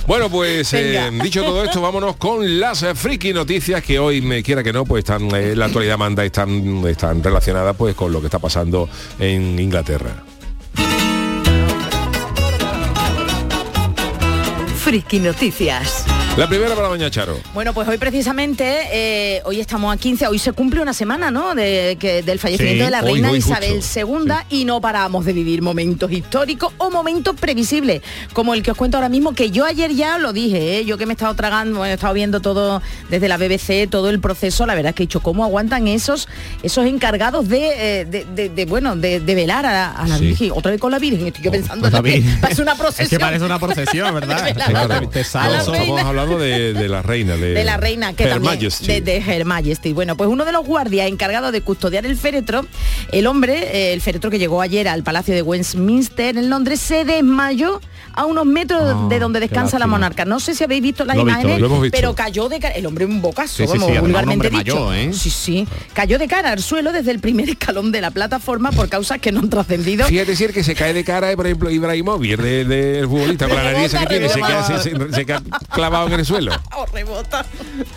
Speaker 1: Bueno, pues eh,
Speaker 6: Venga.
Speaker 1: dicho todo esto, vámonos con las eh, friki noticias que hoy, me quiera que no, pues están, eh, la actualidad manda, están, están relacionadas pues con lo que está pasando en Inglaterra.
Speaker 4: Friki Noticias.
Speaker 1: La primera para Doña Charo.
Speaker 6: Bueno, pues hoy precisamente, eh, hoy estamos a 15, hoy se cumple una semana, ¿no? De, que, del fallecimiento
Speaker 7: Sí,
Speaker 6: de la
Speaker 7: hoy,
Speaker 6: reina
Speaker 7: hoy justo.
Speaker 6: Isabel II y no paramos de vivir momentos históricos o momentos previsibles, como el que os cuento ahora mismo, que yo ayer ya lo dije, ¿eh? yo que me he estado tragando, bueno, he estado viendo todo desde la BBC, todo el proceso, la verdad es que he dicho, ¿cómo aguantan esos, esos encargados de, eh, de- de- de, bueno, de, de velar a la, a la
Speaker 7: Sí.
Speaker 6: Virgen? Otra vez con la Virgen, estoy yo pensando,
Speaker 7: Pues, David.
Speaker 6: parece una
Speaker 7: *laughs* Es
Speaker 6: procesión.
Speaker 7: que parece una procesión, ¿verdad?
Speaker 6: Claro.
Speaker 7: Claro.
Speaker 6: A la-
Speaker 7: Te
Speaker 6: a la
Speaker 7: salso.
Speaker 6: reina.
Speaker 1: Estamos hablando de, de la reina. De,
Speaker 7: Eh,
Speaker 6: de la reina que
Speaker 1: Her
Speaker 6: también
Speaker 1: Majesty.
Speaker 6: de, de Her Majesty. Bueno, pues uno de los guardias encargado de custodiar el féretro, el hombre, eh, el féretro que llegó ayer al Palacio de Westminster en Londres, se desmayó a unos metros
Speaker 7: Ah,
Speaker 6: de donde
Speaker 7: qué
Speaker 6: descansa la
Speaker 7: lástima.
Speaker 6: monarca. No sé si habéis visto las
Speaker 7: Lo he visto,
Speaker 6: imágenes,
Speaker 1: lo hemos visto.
Speaker 6: pero cayó de cara. El hombre un bocazo,
Speaker 7: Sí, sí,
Speaker 6: vamos,
Speaker 7: sí, además un
Speaker 6: vulgarmente
Speaker 7: hombre
Speaker 6: dicho.
Speaker 7: mayor, ¿eh?
Speaker 6: Sí, sí. Cayó de cara al suelo desde el primer escalón de la plataforma por causas que no han trascendido. *laughs*
Speaker 1: Fíjate si el que se cae de cara, eh, por ejemplo, Ibrahimovic, el de- del futbolista, con la nariz esa que tiene, se queda, se- se- se queda clavado en el suelo.
Speaker 6: O Oh, rebota. *laughs*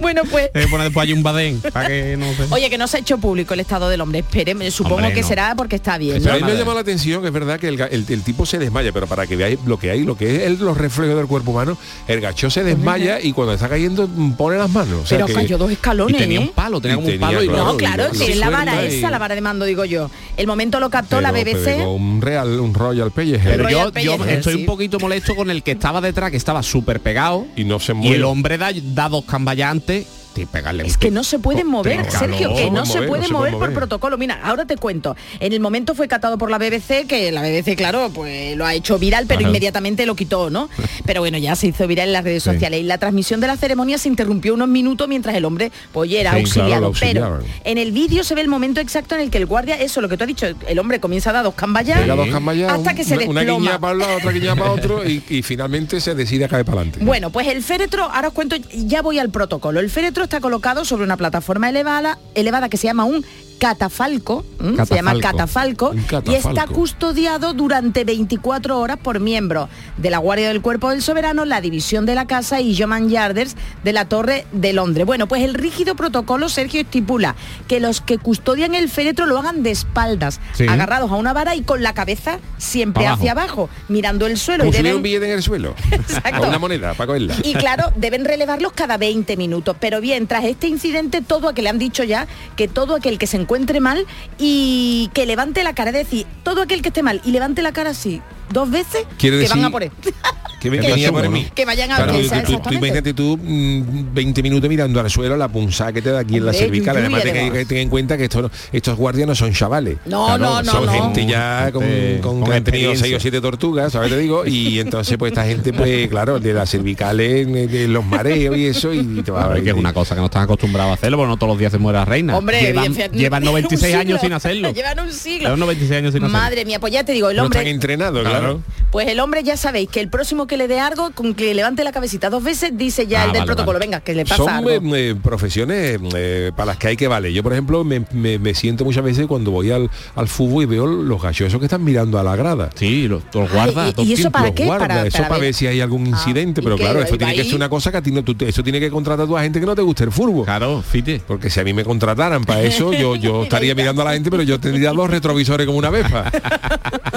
Speaker 6: bueno, pues
Speaker 7: Te voy a poner después allí un badén para que no se-
Speaker 6: Oye, que no se ha hecho público el estado del hombre. Espere, supongo
Speaker 7: Hombre,
Speaker 6: que
Speaker 7: no.
Speaker 6: será porque está bien.
Speaker 1: Pero a mí
Speaker 7: Nada.
Speaker 1: me Pues ha llamado la atención que es verdad que el, ga- el- el tipo se desmaya, pero para que veáis lo que hay, lo que es el- los reflejos del cuerpo humano, el gacho se desmaya y cuando está cayendo mm, pone las manos. o sea
Speaker 6: Pues Pero
Speaker 1: que-
Speaker 6: cayó dos
Speaker 7: Y
Speaker 6: escalones,
Speaker 7: tenía
Speaker 6: ¿eh?
Speaker 7: un palo, tenía
Speaker 1: Y
Speaker 7: como un
Speaker 1: tenía,
Speaker 7: palo y
Speaker 1: claro,
Speaker 6: No,
Speaker 1: y
Speaker 6: claro,
Speaker 1: lo-
Speaker 6: tiene
Speaker 1: lo
Speaker 6: la vara
Speaker 1: suelta y-
Speaker 6: esa, la vara de mando, digo yo. El momento lo captó
Speaker 1: pero-
Speaker 6: la
Speaker 1: pero
Speaker 6: BBC.
Speaker 1: un real, un royal pelleje.
Speaker 7: Pero yo,
Speaker 6: Royal
Speaker 7: yo
Speaker 6: Pellejero,
Speaker 7: estoy
Speaker 6: sí.
Speaker 7: un poquito molesto con el que estaba detrás, que estaba súper pegado.
Speaker 1: Y no se
Speaker 7: Y
Speaker 1: mueve.
Speaker 7: el hombre da, da dos cambayantes y pegarle.
Speaker 6: Es que no se pueden mover,
Speaker 7: Pero
Speaker 6: Sergio,
Speaker 7: calor,
Speaker 6: que no
Speaker 1: no
Speaker 6: se
Speaker 1: mover, no
Speaker 6: pueden
Speaker 1: se
Speaker 6: mover
Speaker 1: pueden
Speaker 6: por
Speaker 1: mover.
Speaker 6: protocolo. Mira, ahora te cuento. En el momento fue catado por la BBC, que la BBC, claro, pues lo ha hecho viral, pero
Speaker 7: Ajá.
Speaker 6: inmediatamente lo quitó, ¿no? Pero bueno, ya se hizo viral en las redes
Speaker 7: Sí.
Speaker 6: sociales. Y la transmisión de la ceremonia se interrumpió unos minutos mientras el hombre, pues, ya era
Speaker 1: Sí, claro, lo
Speaker 6: auxiliado. pero
Speaker 1: auxiliaban.
Speaker 6: en el vídeo se ve el momento exacto en el que el guardia, eso, lo que tú has dicho, el hombre comienza a dar dos cambayas
Speaker 1: Pega dos cambayas,
Speaker 6: hasta
Speaker 1: un-
Speaker 6: que se
Speaker 1: una, una
Speaker 6: desploma.
Speaker 1: guiña para un lado, otra guiña para otro y, y finalmente se decide a caer para adelante.
Speaker 6: Bueno, pues el féretro, ahora os cuento, ya voy al protocolo. El féretro está colocado sobre una plataforma elevada, elevada que se llama un catafalco, ¿m? se llama
Speaker 1: Catafalco.
Speaker 6: catafalco,
Speaker 1: Un
Speaker 6: y está
Speaker 1: catafalco.
Speaker 6: custodiado durante 24 horas por miembros de la Guardia del Cuerpo del Soberano, la División de la Casa y Joman Yarders de la Torre de Londres. Bueno, pues el rígido protocolo, Sergio, estipula que los que custodian el féretro lo hagan de espaldas,
Speaker 7: Sí.
Speaker 6: agarrados a una vara y con la cabeza siempre
Speaker 7: Abajo.
Speaker 6: hacia abajo, mirando el suelo.
Speaker 1: Como
Speaker 6: y
Speaker 1: si hubiera
Speaker 6: deben-
Speaker 1: un billete en el suelo.
Speaker 6: *laughs* Exacto.
Speaker 1: O una moneda para cogerla.
Speaker 6: y claro, deben relevarlos cada 20 minutos. Pero bien, tras este incidente, todo aquel, le han dicho ya, que todo aquel que se encuentre mal y que levante la cara, es decir, todo aquel que esté mal y levante la cara así, dos veces,
Speaker 1: Quiere
Speaker 6: que van
Speaker 1: decir-
Speaker 6: a por él.
Speaker 1: Que,
Speaker 6: *laughs* Que-
Speaker 1: venía por
Speaker 6: que-
Speaker 1: mí.
Speaker 6: que vayan a
Speaker 1: Claro,
Speaker 6: pensar Ah,
Speaker 1: tú- tú, tú
Speaker 6: exactamente.
Speaker 1: imagínate tú mm, 20 minutos mirando al suelo la punzada que te da aquí en la
Speaker 6: Hombre,
Speaker 1: cervical.
Speaker 6: yuyu,
Speaker 1: Además
Speaker 6: y
Speaker 1: de que,
Speaker 6: además.
Speaker 1: que ten en cuenta que esto no- estos guardias no son chavales.
Speaker 6: No, no, no,
Speaker 1: Son
Speaker 6: no.
Speaker 1: gente ya con,
Speaker 7: Gente
Speaker 1: con,
Speaker 7: con
Speaker 1: que han tenido 6 o
Speaker 7: experiencia.
Speaker 1: 7 tortugas, ¿sabes? Te digo. Y entonces pues esta gente, pues claro, de las cervicales, de, de los mareos y eso, y te va
Speaker 7: A ver, que es una cosa que no están acostumbrados a hacerlo, porque no todos los días se muere la reina.
Speaker 6: Hombre,
Speaker 7: llevan,
Speaker 6: bien fe- *laughs*
Speaker 7: llevan
Speaker 6: un
Speaker 7: 96
Speaker 6: siglo.
Speaker 7: años sin hacerlo.
Speaker 6: *laughs* llevan un siglo.
Speaker 7: Llevan 96 años sin hacerlo.
Speaker 6: Madre mía, pues ya te digo, el
Speaker 1: No
Speaker 6: hombre...
Speaker 1: están entrenados, claro.
Speaker 6: Pues el hombre ya sabéis que el próximo que le dé algo, con que levante la cabecita dos veces, dice ya
Speaker 7: Ah,
Speaker 6: el del
Speaker 7: vale,
Speaker 6: protocolo,
Speaker 7: vale.
Speaker 6: venga, que le pasa
Speaker 1: Son
Speaker 6: algo.
Speaker 1: eh, eh, profesiones eh, para las que hay que vale. Yo, por ejemplo, me, me- me siento muchas veces cuando voy al, al fútbol y veo los gachosos que están mirando a la grada.
Speaker 7: Sí, lo- los guarda.
Speaker 6: ¿y-
Speaker 7: todo
Speaker 6: y eso
Speaker 7: tiempo.
Speaker 6: para
Speaker 1: los
Speaker 6: qué?
Speaker 1: guarda,
Speaker 6: Para-
Speaker 1: eso
Speaker 6: para
Speaker 1: para,
Speaker 6: ver. Ah,
Speaker 1: ver si hay algún incidente,
Speaker 6: ¿y
Speaker 1: pero
Speaker 6: qué?
Speaker 1: claro,
Speaker 6: Ahí
Speaker 1: esto
Speaker 6: va
Speaker 1: tiene que
Speaker 6: ahí.
Speaker 1: ser una cosa que a ti no tú- eso tiene que contratar tú a gente que no te guste el fútbol.
Speaker 7: Claro, fite.
Speaker 1: Porque si a mí me contrataran para eso,
Speaker 6: *laughs*
Speaker 1: yo, yo estaría mirando a la gente, pero yo tendría dos retrovisores como una vespa.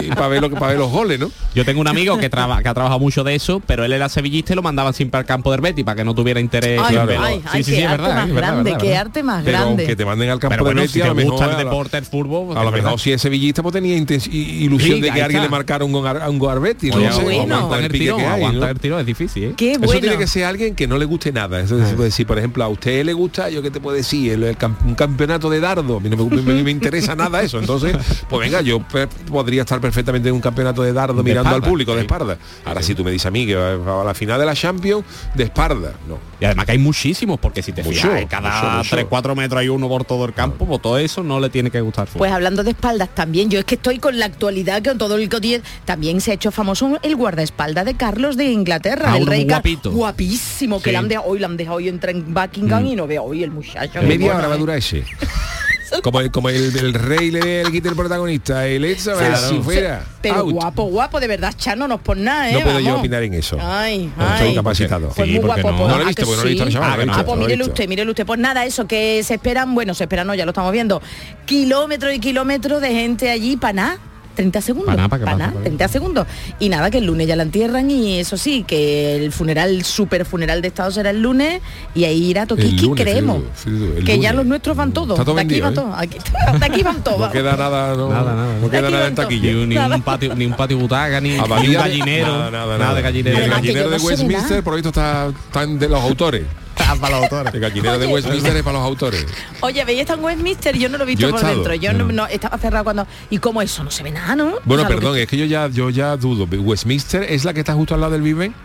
Speaker 1: Y para ver lo que para ver los goles, ¿no?
Speaker 7: Yo tengo un amigo que, traba- que ha trabajado mucho de eso, pero él era sevillista y lo mandaban siempre al campo del Betty para que no tuviera interés.
Speaker 6: Ay,
Speaker 7: en
Speaker 6: ay,
Speaker 7: verlo.
Speaker 6: ay,
Speaker 7: Sí, sí, sí,
Speaker 6: qué
Speaker 7: es
Speaker 6: arte
Speaker 7: verdad,
Speaker 6: más
Speaker 7: es verdad,
Speaker 6: grande,
Speaker 7: verdad,
Speaker 6: qué
Speaker 7: verdad.
Speaker 6: arte más
Speaker 1: Pero
Speaker 6: grande.
Speaker 1: aunque te manden al campo
Speaker 7: Pero bueno,
Speaker 1: de Betis,
Speaker 7: si
Speaker 1: a
Speaker 7: te
Speaker 1: lo mejor
Speaker 7: gusta el
Speaker 1: a la-
Speaker 7: deporte, el fútbol, pues
Speaker 1: A
Speaker 7: porque
Speaker 1: lo
Speaker 7: es
Speaker 1: mejor
Speaker 7: verdad.
Speaker 1: si es sevillista pues tenía inten- i- ilusión
Speaker 7: Sí,
Speaker 1: de que
Speaker 7: ahí
Speaker 1: alguien le
Speaker 7: está.
Speaker 1: marcara un gol a un gol al Betis, no
Speaker 7: Oye,
Speaker 1: sé,
Speaker 6: bueno.
Speaker 1: aguantan el
Speaker 7: aguantan pues, el
Speaker 1: pique
Speaker 7: tiro,
Speaker 1: que hay, ¿no?
Speaker 7: aguantan el tiro, es difícil, ¿eh?
Speaker 6: Qué
Speaker 1: Eso
Speaker 6: bueno.
Speaker 1: tiene que ser alguien que no le guste nada. Eso se puede decir, por ejemplo, a usted le gusta, yo qué te puedo decir, el, el cam- un campeonato de dardo. A mí no me, me- me interesa nada eso. Entonces, pues venga, yo pe- podría estar perfectamente en un campeonato de dardo
Speaker 7: De
Speaker 1: mirando
Speaker 7: espalda,
Speaker 1: al público de
Speaker 7: sí.
Speaker 1: espalda. Ahora, si tú me dices a mí que va a la final de la Champions, de espalda, no.
Speaker 7: Y además que hay muchísimos, porque si te
Speaker 1: Mucho,
Speaker 7: fijas, eh, cada
Speaker 1: mucho, mucho.
Speaker 7: 3-4 metros hay uno por todo el campo, pues todo eso no le tiene que gustar. el fútbol.
Speaker 6: Pues hablando de espaldas también, yo es que estoy con la actualidad que todo el día también se ha hecho famoso el guardaespaldas de Carlos de Inglaterra,
Speaker 7: Ah,
Speaker 6: el
Speaker 7: uno
Speaker 6: rey
Speaker 7: muy
Speaker 6: Car-
Speaker 7: guapito.
Speaker 6: guapísimo, que
Speaker 7: Sí.
Speaker 6: le han dejado hoy, le han dejado hoy entrar en
Speaker 1: Mm.
Speaker 6: Buckingham y no veo hoy el muchacho. qué
Speaker 1: Media
Speaker 6: bueno,
Speaker 1: hora va a
Speaker 6: ¿eh? *laughs*
Speaker 1: durar ese. Como el, como el, el rey le el quita el protagonista, el hecho
Speaker 6: Sí,
Speaker 1: si
Speaker 6: sí,
Speaker 1: fuera.
Speaker 6: Pero
Speaker 1: out.
Speaker 6: guapo, guapo, de verdad, Chano, no es por nada, ¿eh?
Speaker 1: No puedo yo
Speaker 6: Vamos.
Speaker 1: opinar en eso.
Speaker 6: Ay,
Speaker 1: No
Speaker 6: ay.
Speaker 1: estoy capacitado.
Speaker 6: Pues
Speaker 7: Sí,
Speaker 6: muy
Speaker 7: porque
Speaker 6: guapo,
Speaker 7: no.
Speaker 6: pues,
Speaker 1: No lo he
Speaker 6: ¿a
Speaker 1: visto,
Speaker 6: que
Speaker 1: porque no lo he visto al
Speaker 6: sí?
Speaker 1: chaval,
Speaker 7: no lo he
Speaker 6: Ah,
Speaker 7: visto,
Speaker 6: pues
Speaker 1: no lo he
Speaker 6: mírele
Speaker 1: visto.
Speaker 6: usted, mírele usted. Pues nada, eso que se esperan, bueno, se esperan, no, ya lo estamos viendo, kilómetros y kilómetros de gente allí para nada. 30 segundos.
Speaker 7: Pa' nada, pa' que
Speaker 6: pa'
Speaker 7: pase,
Speaker 6: nada,
Speaker 7: pa' que
Speaker 6: 30 segundos. Y nada, que el lunes ya la entierran y eso sí, que el funeral, super funeral de Estado será el lunes y ahí irá
Speaker 1: El
Speaker 6: Toquiski,
Speaker 1: lunes,
Speaker 6: creemos.
Speaker 1: Firu, Firu, el
Speaker 6: que ya
Speaker 1: lunes.
Speaker 6: los nuestros van todos.
Speaker 1: Está todo
Speaker 6: de aquí
Speaker 1: vendido,
Speaker 6: van
Speaker 1: ¿eh?
Speaker 6: todos. aquí- *laughs* de aquí van
Speaker 1: *laughs*
Speaker 6: todos.
Speaker 1: No queda nada, no,
Speaker 7: Nada, nada.
Speaker 1: no queda
Speaker 6: Aquí
Speaker 1: nada en
Speaker 6: tanto.
Speaker 1: taquilla.
Speaker 7: Ni, un- ni un patio, ni un patio butaca,
Speaker 1: *laughs* A
Speaker 7: ni, ni un
Speaker 1: Badía-
Speaker 7: gallinero.
Speaker 1: Nada,
Speaker 7: Nada,
Speaker 1: nada, nada.
Speaker 7: de
Speaker 1: Y
Speaker 7: gallinero.
Speaker 1: El
Speaker 7: *laughs*
Speaker 6: Además que
Speaker 1: gallinero
Speaker 6: yo
Speaker 1: de
Speaker 6: no sé de
Speaker 1: Westminster,
Speaker 6: nada.
Speaker 1: por esto está, tan de los autores.
Speaker 7: Ah, para los autores.
Speaker 1: El gallinero de
Speaker 6: Oye.
Speaker 1: Westminster es para los autores.
Speaker 6: Oye, veis está en Westminster, yo no lo he visto
Speaker 1: Yo he
Speaker 6: por
Speaker 1: estado.
Speaker 6: dentro. Yo no. no- estaba cerrado cuando. ¿Y cómo eso? No se ve nada, ¿no?
Speaker 1: Bueno,
Speaker 6: O sea, lo
Speaker 1: perdón,
Speaker 6: que-
Speaker 1: es que yo ya, yo ya dudo. Westminster es la que está justo al lado del Viven.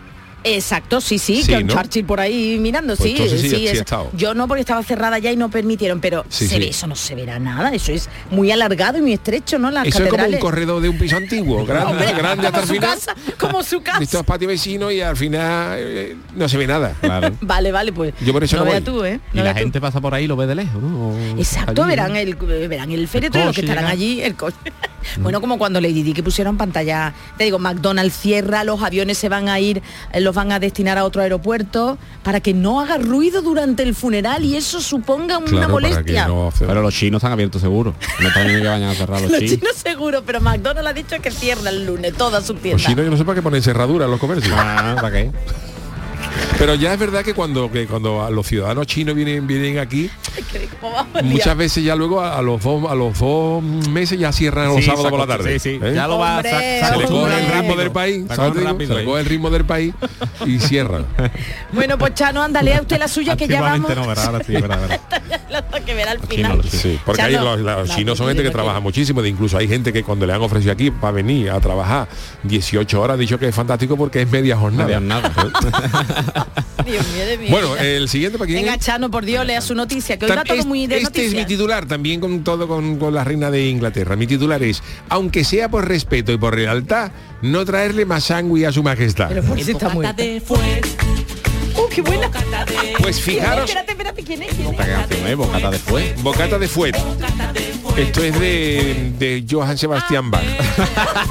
Speaker 6: Exacto, sí, sí,
Speaker 1: Sí,
Speaker 6: con
Speaker 1: ¿no?
Speaker 6: Churchill por ahí mirando,
Speaker 1: Pues
Speaker 6: sí,
Speaker 1: entonces sí, sí he
Speaker 6: esa-
Speaker 1: estado.
Speaker 6: Yo no porque estaba cerrada ya y no permitieron, pero
Speaker 1: Sí,
Speaker 6: se
Speaker 1: sí.
Speaker 6: ve- eso no se verá nada, eso es muy alargado y muy estrecho, ¿no? Las
Speaker 1: Eso es como un
Speaker 6: catedrales.
Speaker 1: corredor de un piso antiguo, grande,
Speaker 6: Hombre,
Speaker 1: grande
Speaker 6: como
Speaker 1: hasta el
Speaker 6: su
Speaker 1: final.
Speaker 6: casa, como su
Speaker 1: Listo
Speaker 6: casa.
Speaker 1: es patio vecino y al final eh, no se ve nada. Claro.
Speaker 6: Vale, vale, pues.
Speaker 1: Yo por eso
Speaker 6: no
Speaker 1: no
Speaker 6: veas
Speaker 1: voy.
Speaker 6: tú, ¿eh?
Speaker 7: Y
Speaker 6: No
Speaker 7: la
Speaker 6: veas tú.
Speaker 7: gente pasa por ahí y lo ve de lejos, ¿no? O-
Speaker 6: Exacto,
Speaker 7: allí,
Speaker 6: verán
Speaker 7: ¿no?
Speaker 6: el verán el féretro y los que
Speaker 7: coche
Speaker 6: estarán
Speaker 7: llega.
Speaker 6: allí el coche. bueno, como cuando Lady Di que pusieron pantalla, te digo, McDonald's cierra, los aviones se van a ir, eh, los van a destinar a otro aeropuerto para que no haga ruido durante el funeral y eso suponga una molestia.
Speaker 7: Pero los chinos están abiertos seguro. No también que vayan a
Speaker 1: *laughs*
Speaker 7: cerrar los
Speaker 6: Los
Speaker 7: chinos.
Speaker 6: chinos seguro, pero McDonald's ha dicho que cierra el lunes toda su
Speaker 1: Los
Speaker 6: tienda.
Speaker 1: chinos yo Pues no sé para qué ponen cerradura en los comercios.
Speaker 7: Ah, ¿para qué?
Speaker 1: *laughs* Pero ya es verdad que cuando, que cuando a los ciudadanos chinos vienen, vienen aquí,
Speaker 6: Que como vamos a liar.
Speaker 1: muchas veces *laughs* ya luego a, a los dos, a los dos meses ya cierran los
Speaker 7: Sí,
Speaker 1: sábados
Speaker 7: se
Speaker 1: por la
Speaker 7: acost-
Speaker 1: tarde.
Speaker 7: Sí, sí.
Speaker 1: ¿eh?
Speaker 7: Ya lo va
Speaker 6: Hombre,
Speaker 1: se le
Speaker 6: Acostumbra
Speaker 1: coge el
Speaker 6: el
Speaker 1: ritmo del país, ¿sabes lo que digo? se le coge el ritmo del país *laughs* y cierra.
Speaker 6: Bueno, pues Chano, anda, lea usted la suya que ya vamos.
Speaker 7: Antiguamente no, ¿verdad? *laughs* Ahora sí, verdad, verdad.
Speaker 6: *laughs* Hasta que verá al
Speaker 7: chinos,
Speaker 6: final.
Speaker 7: los chinos.
Speaker 1: Sí, porque hay
Speaker 6: Chano,
Speaker 1: los, los
Speaker 6: la-
Speaker 1: chinos son gente que
Speaker 6: la-
Speaker 1: trabaja muchísimo, de incluso hay gente que cuando le han ofrecido aquí para venir a trabajar 18 horas, ha dicho que es fantástico porque es media
Speaker 7: No
Speaker 1: jornada.
Speaker 7: vean nada.
Speaker 6: Dios mío, de mi
Speaker 1: Bueno, eh,
Speaker 6: vida.
Speaker 1: el siguiente para quién
Speaker 6: Venga,
Speaker 1: es?
Speaker 6: Chano, por Dios, lea su noticia, que hoy va
Speaker 1: Tan-
Speaker 6: todo
Speaker 1: es-
Speaker 6: muy de
Speaker 1: este es mi
Speaker 6: noticias.
Speaker 1: titular también con todo con, con la reina de Inglaterra. Mi titular es, aunque sea por respeto y por lealtad, no traerle más sangre a su majestad.
Speaker 6: Pero por si Pues está muerta. ¡Uh, qué buena!
Speaker 1: Pues fijaros,
Speaker 6: Espérate, espérate, ¿quién es? ¿Quién es?
Speaker 7: Esta canción es bocata después.
Speaker 1: Bocata de Fuet. Esto es de, de Johann Sebastian Bach.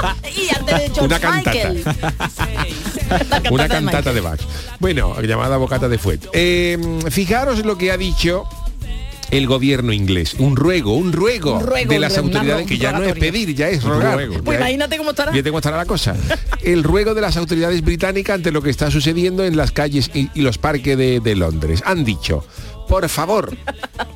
Speaker 6: Ah,
Speaker 1: *laughs*
Speaker 6: Y antes de George
Speaker 1: Una cantata. *laughs*
Speaker 6: Michael. La
Speaker 1: Una
Speaker 6: de Michael.
Speaker 1: cantata de Bach. Bueno, llamada Bocata de Fuet. Eh, fijaros lo que ha dicho el gobierno inglés. Un ruego, un ruego,
Speaker 6: Un ruego,
Speaker 1: de
Speaker 6: un
Speaker 1: las
Speaker 6: ruego, una
Speaker 1: autoridades,
Speaker 6: ro-
Speaker 1: que ya no es
Speaker 6: rogatoria.
Speaker 1: pedir, ya es rogar.
Speaker 7: ruego.
Speaker 1: Ya
Speaker 6: Pues
Speaker 1: es-
Speaker 6: imagínate cómo estará.
Speaker 1: Ya tengo estará la cosa. El ruego de las autoridades británicas ante lo que está sucediendo en las calles y, y los parques de, de Londres. Han dicho, por favor,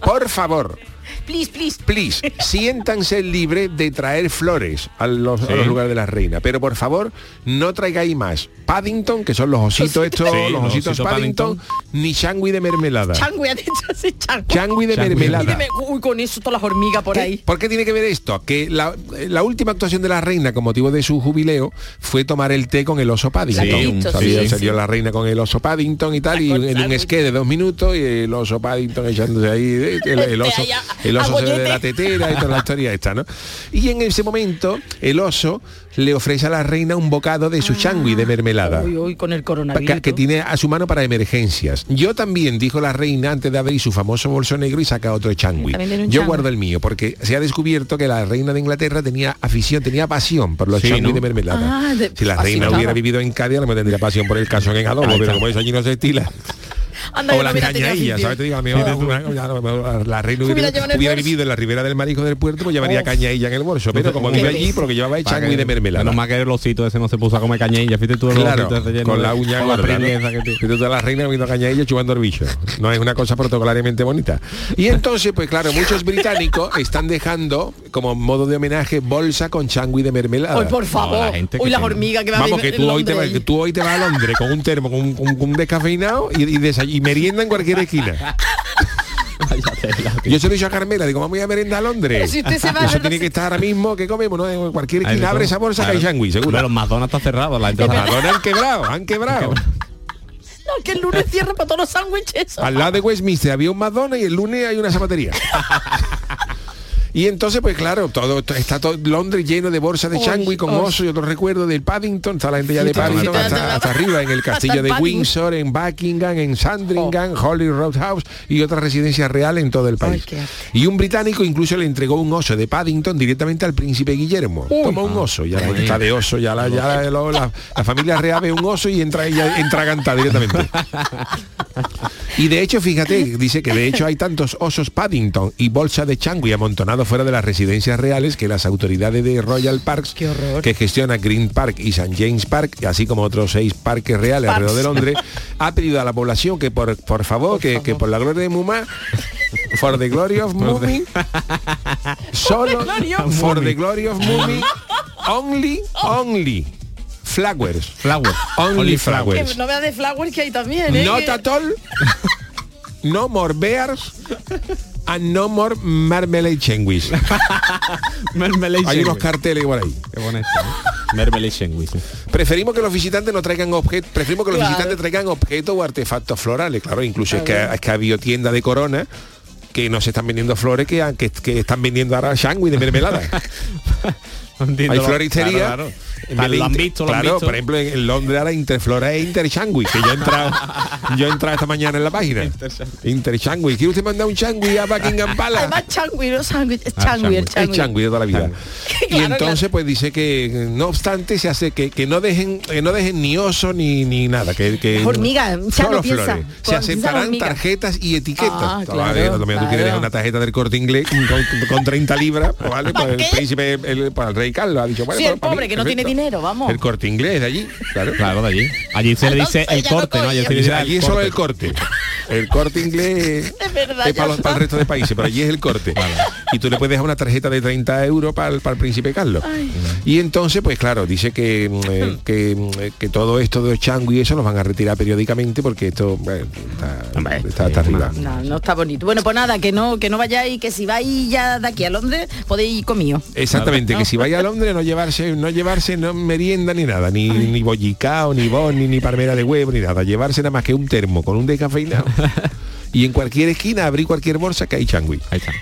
Speaker 1: por favor,
Speaker 6: please, please.
Speaker 1: please, siéntanse libres de traer flores a los, a los lugares de las reinas, pero por favor no traigáis más Paddington, que son los ositos estos,
Speaker 8: Sí,
Speaker 1: los
Speaker 8: los
Speaker 1: ositos
Speaker 8: ositos
Speaker 1: Paddington, ni changui de mermelada.
Speaker 6: Changui, ha dicho así, changui.
Speaker 1: Changui de
Speaker 8: Changui de
Speaker 1: mermelada.
Speaker 6: Y dime, uy, con eso todas las hormigas por
Speaker 1: ¿Qué?
Speaker 6: ahí.
Speaker 1: ¿Por qué tiene que ver esto? Que la, la última actuación de la reina con motivo de su jubileo fue tomar el té con el oso Paddington.
Speaker 8: Sí, un-
Speaker 1: Salió,
Speaker 8: sí, sí.
Speaker 1: salió la reina con el oso Paddington y tal, y en un esqué de dos minutos, y el oso Paddington echándose ahí, eh, el, el oso,
Speaker 6: ahí a-
Speaker 1: el oso
Speaker 6: a
Speaker 1: se ve de la
Speaker 6: bollete.
Speaker 1: tetera y toda la historia esta, ¿no? Y en ese momento, el oso le ofrece a la reina un bocado de su changui de mermelada.
Speaker 6: Uy, uy, con el
Speaker 1: Pa-
Speaker 6: coronavirus.
Speaker 1: que tiene a su mano para emergencias. Yo también, dijo la reina antes de abrir su famoso bolso negro y saca otro changui.
Speaker 6: También tiene un
Speaker 1: Yo
Speaker 6: changui.
Speaker 1: guardo el mío porque se ha descubierto que la reina de Inglaterra tenía afición, tenía pasión por los
Speaker 8: Sí,
Speaker 1: changui
Speaker 8: ¿no?
Speaker 1: de mermelada.
Speaker 6: Ah, de-
Speaker 1: si la reina
Speaker 6: aficionada.
Speaker 1: hubiera vivido en Cádiz, no me tendría pasión por el calzón en adobo,
Speaker 8: Ahí
Speaker 1: pero
Speaker 8: está.
Speaker 1: como eso allí no se estila.
Speaker 6: Anda,
Speaker 1: o
Speaker 6: yo
Speaker 1: la
Speaker 6: no hubiera tenido
Speaker 1: cañailla,
Speaker 6: sitio.
Speaker 1: ¿sabes? Te digo, a mí, ahora, ahora, ahora, la reina hubiera,
Speaker 6: Hubiera llevado en el
Speaker 1: hubiera
Speaker 6: bolso.
Speaker 1: vivido en la ribera del marisco del puerto, pues llevaría
Speaker 6: Oh.
Speaker 1: cañailla en el bolso. Pero como
Speaker 7: Qué
Speaker 1: vive allí,
Speaker 6: belleza.
Speaker 1: porque llevaba el
Speaker 7: Para
Speaker 1: changui
Speaker 7: que-
Speaker 1: de mermelada.
Speaker 7: Menos mal que el osito ese no se puso a comer cañella, fíjate tú el
Speaker 1: Claro,
Speaker 7: osito ese lleno
Speaker 1: con
Speaker 7: de-
Speaker 1: la uña
Speaker 7: con
Speaker 1: gorda, ¿no? *laughs*
Speaker 7: pringueza que tiene.
Speaker 1: Y toda la reina viendo cañadillo chupando el bicho. No es una cosa protocolariamente bonita. Y entonces, pues claro, muchos británicos están dejando como modo de homenaje bolsa con changui de mermelada.
Speaker 6: Hoy, por favor.
Speaker 7: la gente que
Speaker 6: hoy las
Speaker 7: tiene-
Speaker 6: hormigas que va
Speaker 1: Vamos,
Speaker 6: a
Speaker 1: que
Speaker 6: vivir
Speaker 1: tú,
Speaker 6: en
Speaker 1: hoy te
Speaker 6: Londres
Speaker 1: vas,
Speaker 6: ahí.
Speaker 1: que tú hoy te vas a Londres con un termo, con un, con un- con un descafeinado y, y desay- y merienda en cualquier esquina. Yo se lo he dicho a Carmela, digo, vamos a ir a merenda a Londres.
Speaker 6: Pero si usted se va,
Speaker 1: Eso
Speaker 6: ¿verdad?
Speaker 1: tiene que estar ahora mismo, ¿qué comemos? No? En cualquier
Speaker 7: *laughs* Ahí
Speaker 1: esquina abre
Speaker 7: todo.
Speaker 1: esa bolsa que hay
Speaker 7: Claro.
Speaker 1: changui, seguro.
Speaker 7: Pero los McDonald's está cerrado, la gente
Speaker 1: Los
Speaker 7: está-
Speaker 1: McDonald's han quebrado, han quebrado.
Speaker 6: No, que el lunes cierra para todos los sándwiches.
Speaker 1: Al lado de Westminster había un Madonna y el lunes hay una
Speaker 6: *laughs*
Speaker 1: zapatería. Y entonces, pues claro, todo, to- está todo Londres lleno de bolsas de
Speaker 6: Oy,
Speaker 1: changui con
Speaker 6: oy.
Speaker 1: oso y otro recuerdo del Paddington, está la gente ya de
Speaker 6: Sí,
Speaker 1: Paddington
Speaker 6: sí, sí,
Speaker 1: hasta,
Speaker 6: sí.
Speaker 1: hasta arriba, en el
Speaker 6: Hasta
Speaker 1: castillo
Speaker 6: el
Speaker 1: de
Speaker 6: Paddington. Oh.
Speaker 1: Windsor, en Buckingham, en Sandringham, Holy Road House y otras residencias reales en todo el país.
Speaker 6: qué arte.
Speaker 1: y un británico incluso le entregó un oso de Paddington directamente al príncipe Guillermo. Toma
Speaker 6: Ah.
Speaker 1: un oso, ya la- está de oso, ya la, ya la, lo- la- la familia real ve un oso y entra ella entraganta directamente. Y de hecho, fíjate, dice que de hecho hay tantos osos Paddington y bolsas de changui amontonados fuera de las residencias reales que las autoridades de Royal Parks,
Speaker 6: Qué horror.
Speaker 1: que gestiona Green Park y St. James Park, así como otros seis parques reales
Speaker 6: Parks.
Speaker 1: alrededor de Londres, ha pedido a la población que por, por favor, que, que por la gloria de Muma, for the glory of Mumi, solo,
Speaker 6: glory of
Speaker 1: for the glory of Mumi, only, only, flowers.
Speaker 7: Flower.
Speaker 1: Only
Speaker 7: Only
Speaker 1: flower.
Speaker 7: flower.
Speaker 6: Que no veas de flowers que hay también, ¿eh?
Speaker 1: pues. No
Speaker 6: Que-
Speaker 1: tatol, no more bears, and no more marmalade sandwich.
Speaker 7: *laughs* Mermelade
Speaker 1: Hay unos
Speaker 7: sandwich.
Speaker 1: carteles por ahí.
Speaker 7: Qué bonito, ¿eh? Mermelade sandwich.
Speaker 1: Preferimos que los visitantes no traigan objetos, preferimos que los
Speaker 6: Claro.
Speaker 1: visitantes traigan objetos o artefactos florales, claro, incluso es que, es que ha habido tienda de corona que no se están vendiendo flores que, que, que están vendiendo ahora sandwich de mermelada.
Speaker 7: *laughs*
Speaker 1: Hay floristería.
Speaker 7: Claro, claro.
Speaker 1: En vez de
Speaker 7: Lo han
Speaker 1: inter-
Speaker 7: visto, lo han
Speaker 1: claro,
Speaker 7: visto.
Speaker 1: por ejemplo, en, en Londres ahora Interflora es Interchangui, que yo he entrado, yo he entrado esta mañana en la
Speaker 7: *laughs*
Speaker 1: página. Interchangui. ¿Quiere usted mandar un changui a Buckingham
Speaker 6: *laughs*
Speaker 1: Palace?
Speaker 6: Además, changui, no sándwich.
Speaker 7: Ah,
Speaker 6: Es changui, el
Speaker 1: Ah, El
Speaker 6: changui.
Speaker 1: changui de toda la vida. Y
Speaker 6: *laughs* Claro,
Speaker 1: entonces pues dice que no obstante se hace que, que no dejen que no dejen ni oso ni, ni nada. Que, que
Speaker 6: Las hormigas, ya
Speaker 1: solo
Speaker 6: no piensa,
Speaker 1: flores.
Speaker 6: pues,
Speaker 1: Se
Speaker 6: esas
Speaker 1: aceptarán
Speaker 6: hormigas.
Speaker 1: tarjetas y etiquetas.
Speaker 6: Ah,
Speaker 1: Toma, a ver,
Speaker 6: claro,
Speaker 1: lo mismo tú quieres
Speaker 6: claro.
Speaker 1: dejar una tarjeta del corte inglés con, con- con 30 libras, pues, ¿vale?
Speaker 6: ¿Pa
Speaker 1: Pues, el
Speaker 6: qué?
Speaker 1: príncipe, el, para el rey Carlos ha dicho, bueno,
Speaker 6: Sí, el
Speaker 1: pues, para mí,
Speaker 6: pobre que no tiene
Speaker 1: perfecto.
Speaker 6: dinero, vamos.
Speaker 1: El corte inglés de allí, claro.
Speaker 7: Claro, de allí. Allí se le dice
Speaker 6: Entonces,
Speaker 7: el
Speaker 6: ya no
Speaker 7: corte, ¿no? Allí se le
Speaker 1: Dice,
Speaker 7: dice
Speaker 1: allí
Speaker 7: el
Speaker 1: es solo
Speaker 7: corte.
Speaker 1: el corte. *laughs* El corte inglés
Speaker 6: *laughs* Es verdad,
Speaker 1: es
Speaker 6: ya
Speaker 1: para, los-
Speaker 6: está.
Speaker 1: para el resto de países, pero allí es el *laughs* corte. Y tú le puedes dejar una tarjeta de 30 euros para el, para el príncipe Carlos. Y entonces, pues claro, dice que, mm,
Speaker 6: *laughs*
Speaker 1: eh, que, mm, eh, que todo esto de los changui y eso nos van a retirar periódicamente porque esto bueno, está, está, está arriba.
Speaker 6: No, no está bonito. Bueno, pues nada, que no, que no vayáis, que si vais ya de aquí a Londres, podéis ir conmigo.
Speaker 1: Exactamente, que si vaya a Londres no llevarse, no llevarse no merienda ni nada, ni, ni bollicao, ni boni, ni palmera de huevo, ni nada. Llevarse nada más que un termo con un descafeinado. y en cualquier esquina abrir cualquier bolsa que hay changui.
Speaker 7: Ahí está.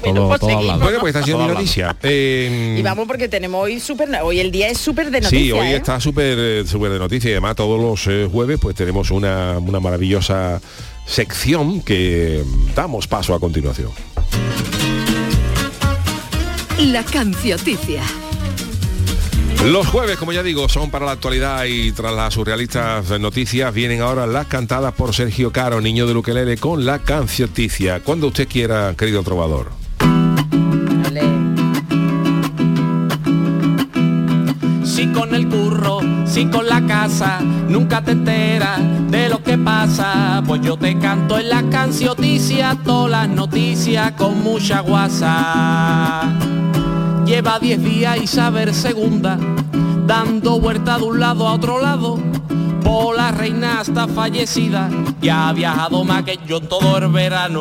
Speaker 6: Bueno,
Speaker 7: Todo-
Speaker 6: pues
Speaker 7: todo
Speaker 6: seguimos.
Speaker 7: hablado.
Speaker 1: Bueno, pues esta ha sido mi
Speaker 7: Todo hablando.
Speaker 1: noticia. Eh,
Speaker 7: Mm.
Speaker 6: Y vamos porque tenemos hoy súper, hoy el día es súper de noticias.
Speaker 1: Sí, hoy
Speaker 6: ¿eh?
Speaker 1: está súper eh, súper de noticia y además todos los eh, jueves pues tenemos una, una maravillosa sección que mm, damos paso a continuación.
Speaker 4: La cancioticia.
Speaker 1: Los jueves, como ya digo, son para la actualidad y tras las surrealistas noticias vienen ahora las cantadas por Sergio Caro, niño de Luquelele, con la cancioticia. Cuando usted quiera, querido trovador.
Speaker 6: Ole.
Speaker 7: Si con el curro, si
Speaker 8: cinco en la casa, nunca te enteras de lo que pasa. Pues yo te canto en las cancioticias, todas las noticias con mucha guasa. Lleva 10 días Isabel segunda, dando vuelta de un lado a otro lado. Por la reina está fallecida, ya ha viajado más que yo en todo el verano.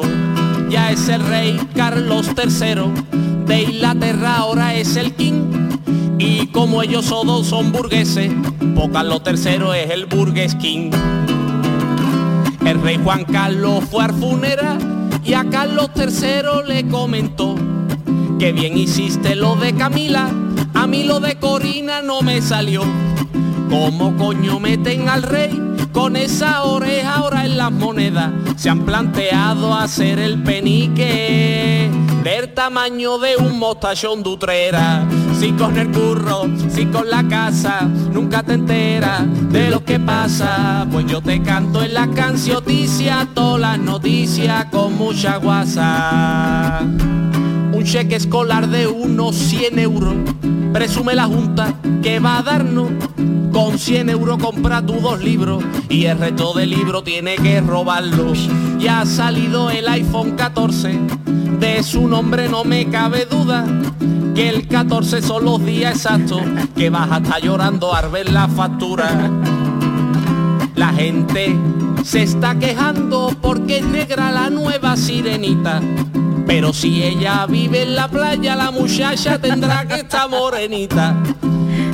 Speaker 8: Ya es el rey Carlos III, de Inglaterra ahora es el king. Y como ellos todos son burgueses, por Carlos III es el burgués king. El rey Juan Carlos fue al funeral y a Carlos III le comentó que bien hiciste lo de Camila, a mí lo de Corina no me salió. ¿Cómo coño meten al rey con esa oreja ahora en las monedas? Se han planteado hacer el penique del tamaño de un mostachón de Utrera. Si con el curro, si con la casa, nunca te enteras de lo que pasa. Pues yo te canto en la cancioticia, todas las noticias con mucha guasa. Un cheque escolar de unos 100 euros. Presume la Junta que va a darnos. Con 100 euros compra tus dos libros y el resto del libro tiene que robarlo. Ya ha salido el iPhone 14. De su nombre no me cabe duda que el 14 son los días exactos que vas a estar llorando al ver la factura. La gente se está quejando porque es negra la nueva sirenita. Pero si ella vive en la playa, la muchacha tendrá que estar morenita.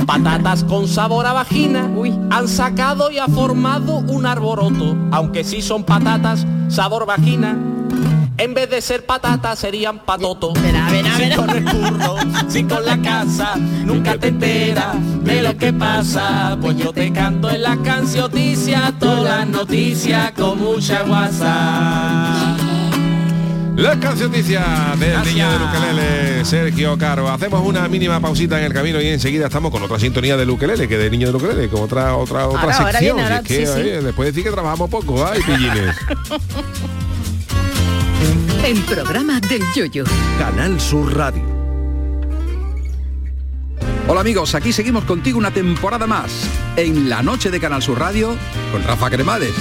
Speaker 8: Patatas con sabor a vagina han sacado y ha formado un arboroto. Aunque sí son patatas, sabor vagina. En vez de ser patatas serían patoto.
Speaker 6: Verá, verá,
Speaker 8: Si
Speaker 6: verá.
Speaker 8: con el curro, si con la casa, nunca te enteras de lo que pasa. Pues yo te canto en la cancioticia, todas las noticias con mucha guasa.
Speaker 1: Las cancionicias del
Speaker 8: Gracias.
Speaker 1: niño de Luquelele, Sergio Caro. Hacemos una mínima pausita en el camino y enseguida estamos con otra sintonía de Luquelele, que del niño de Luquelele, con otra otra otra
Speaker 6: Ahora, ahora
Speaker 1: sección.
Speaker 6: viene, ahora-
Speaker 1: Si es que,
Speaker 6: sí, sí.
Speaker 1: eh, después decir que trabajamos poco, ay, pillines.
Speaker 4: El programa del yoyo.
Speaker 9: Canal Sur Radio. Hola amigos, aquí seguimos contigo una temporada más en la noche de Canal Sur Radio con Rafa Cremades.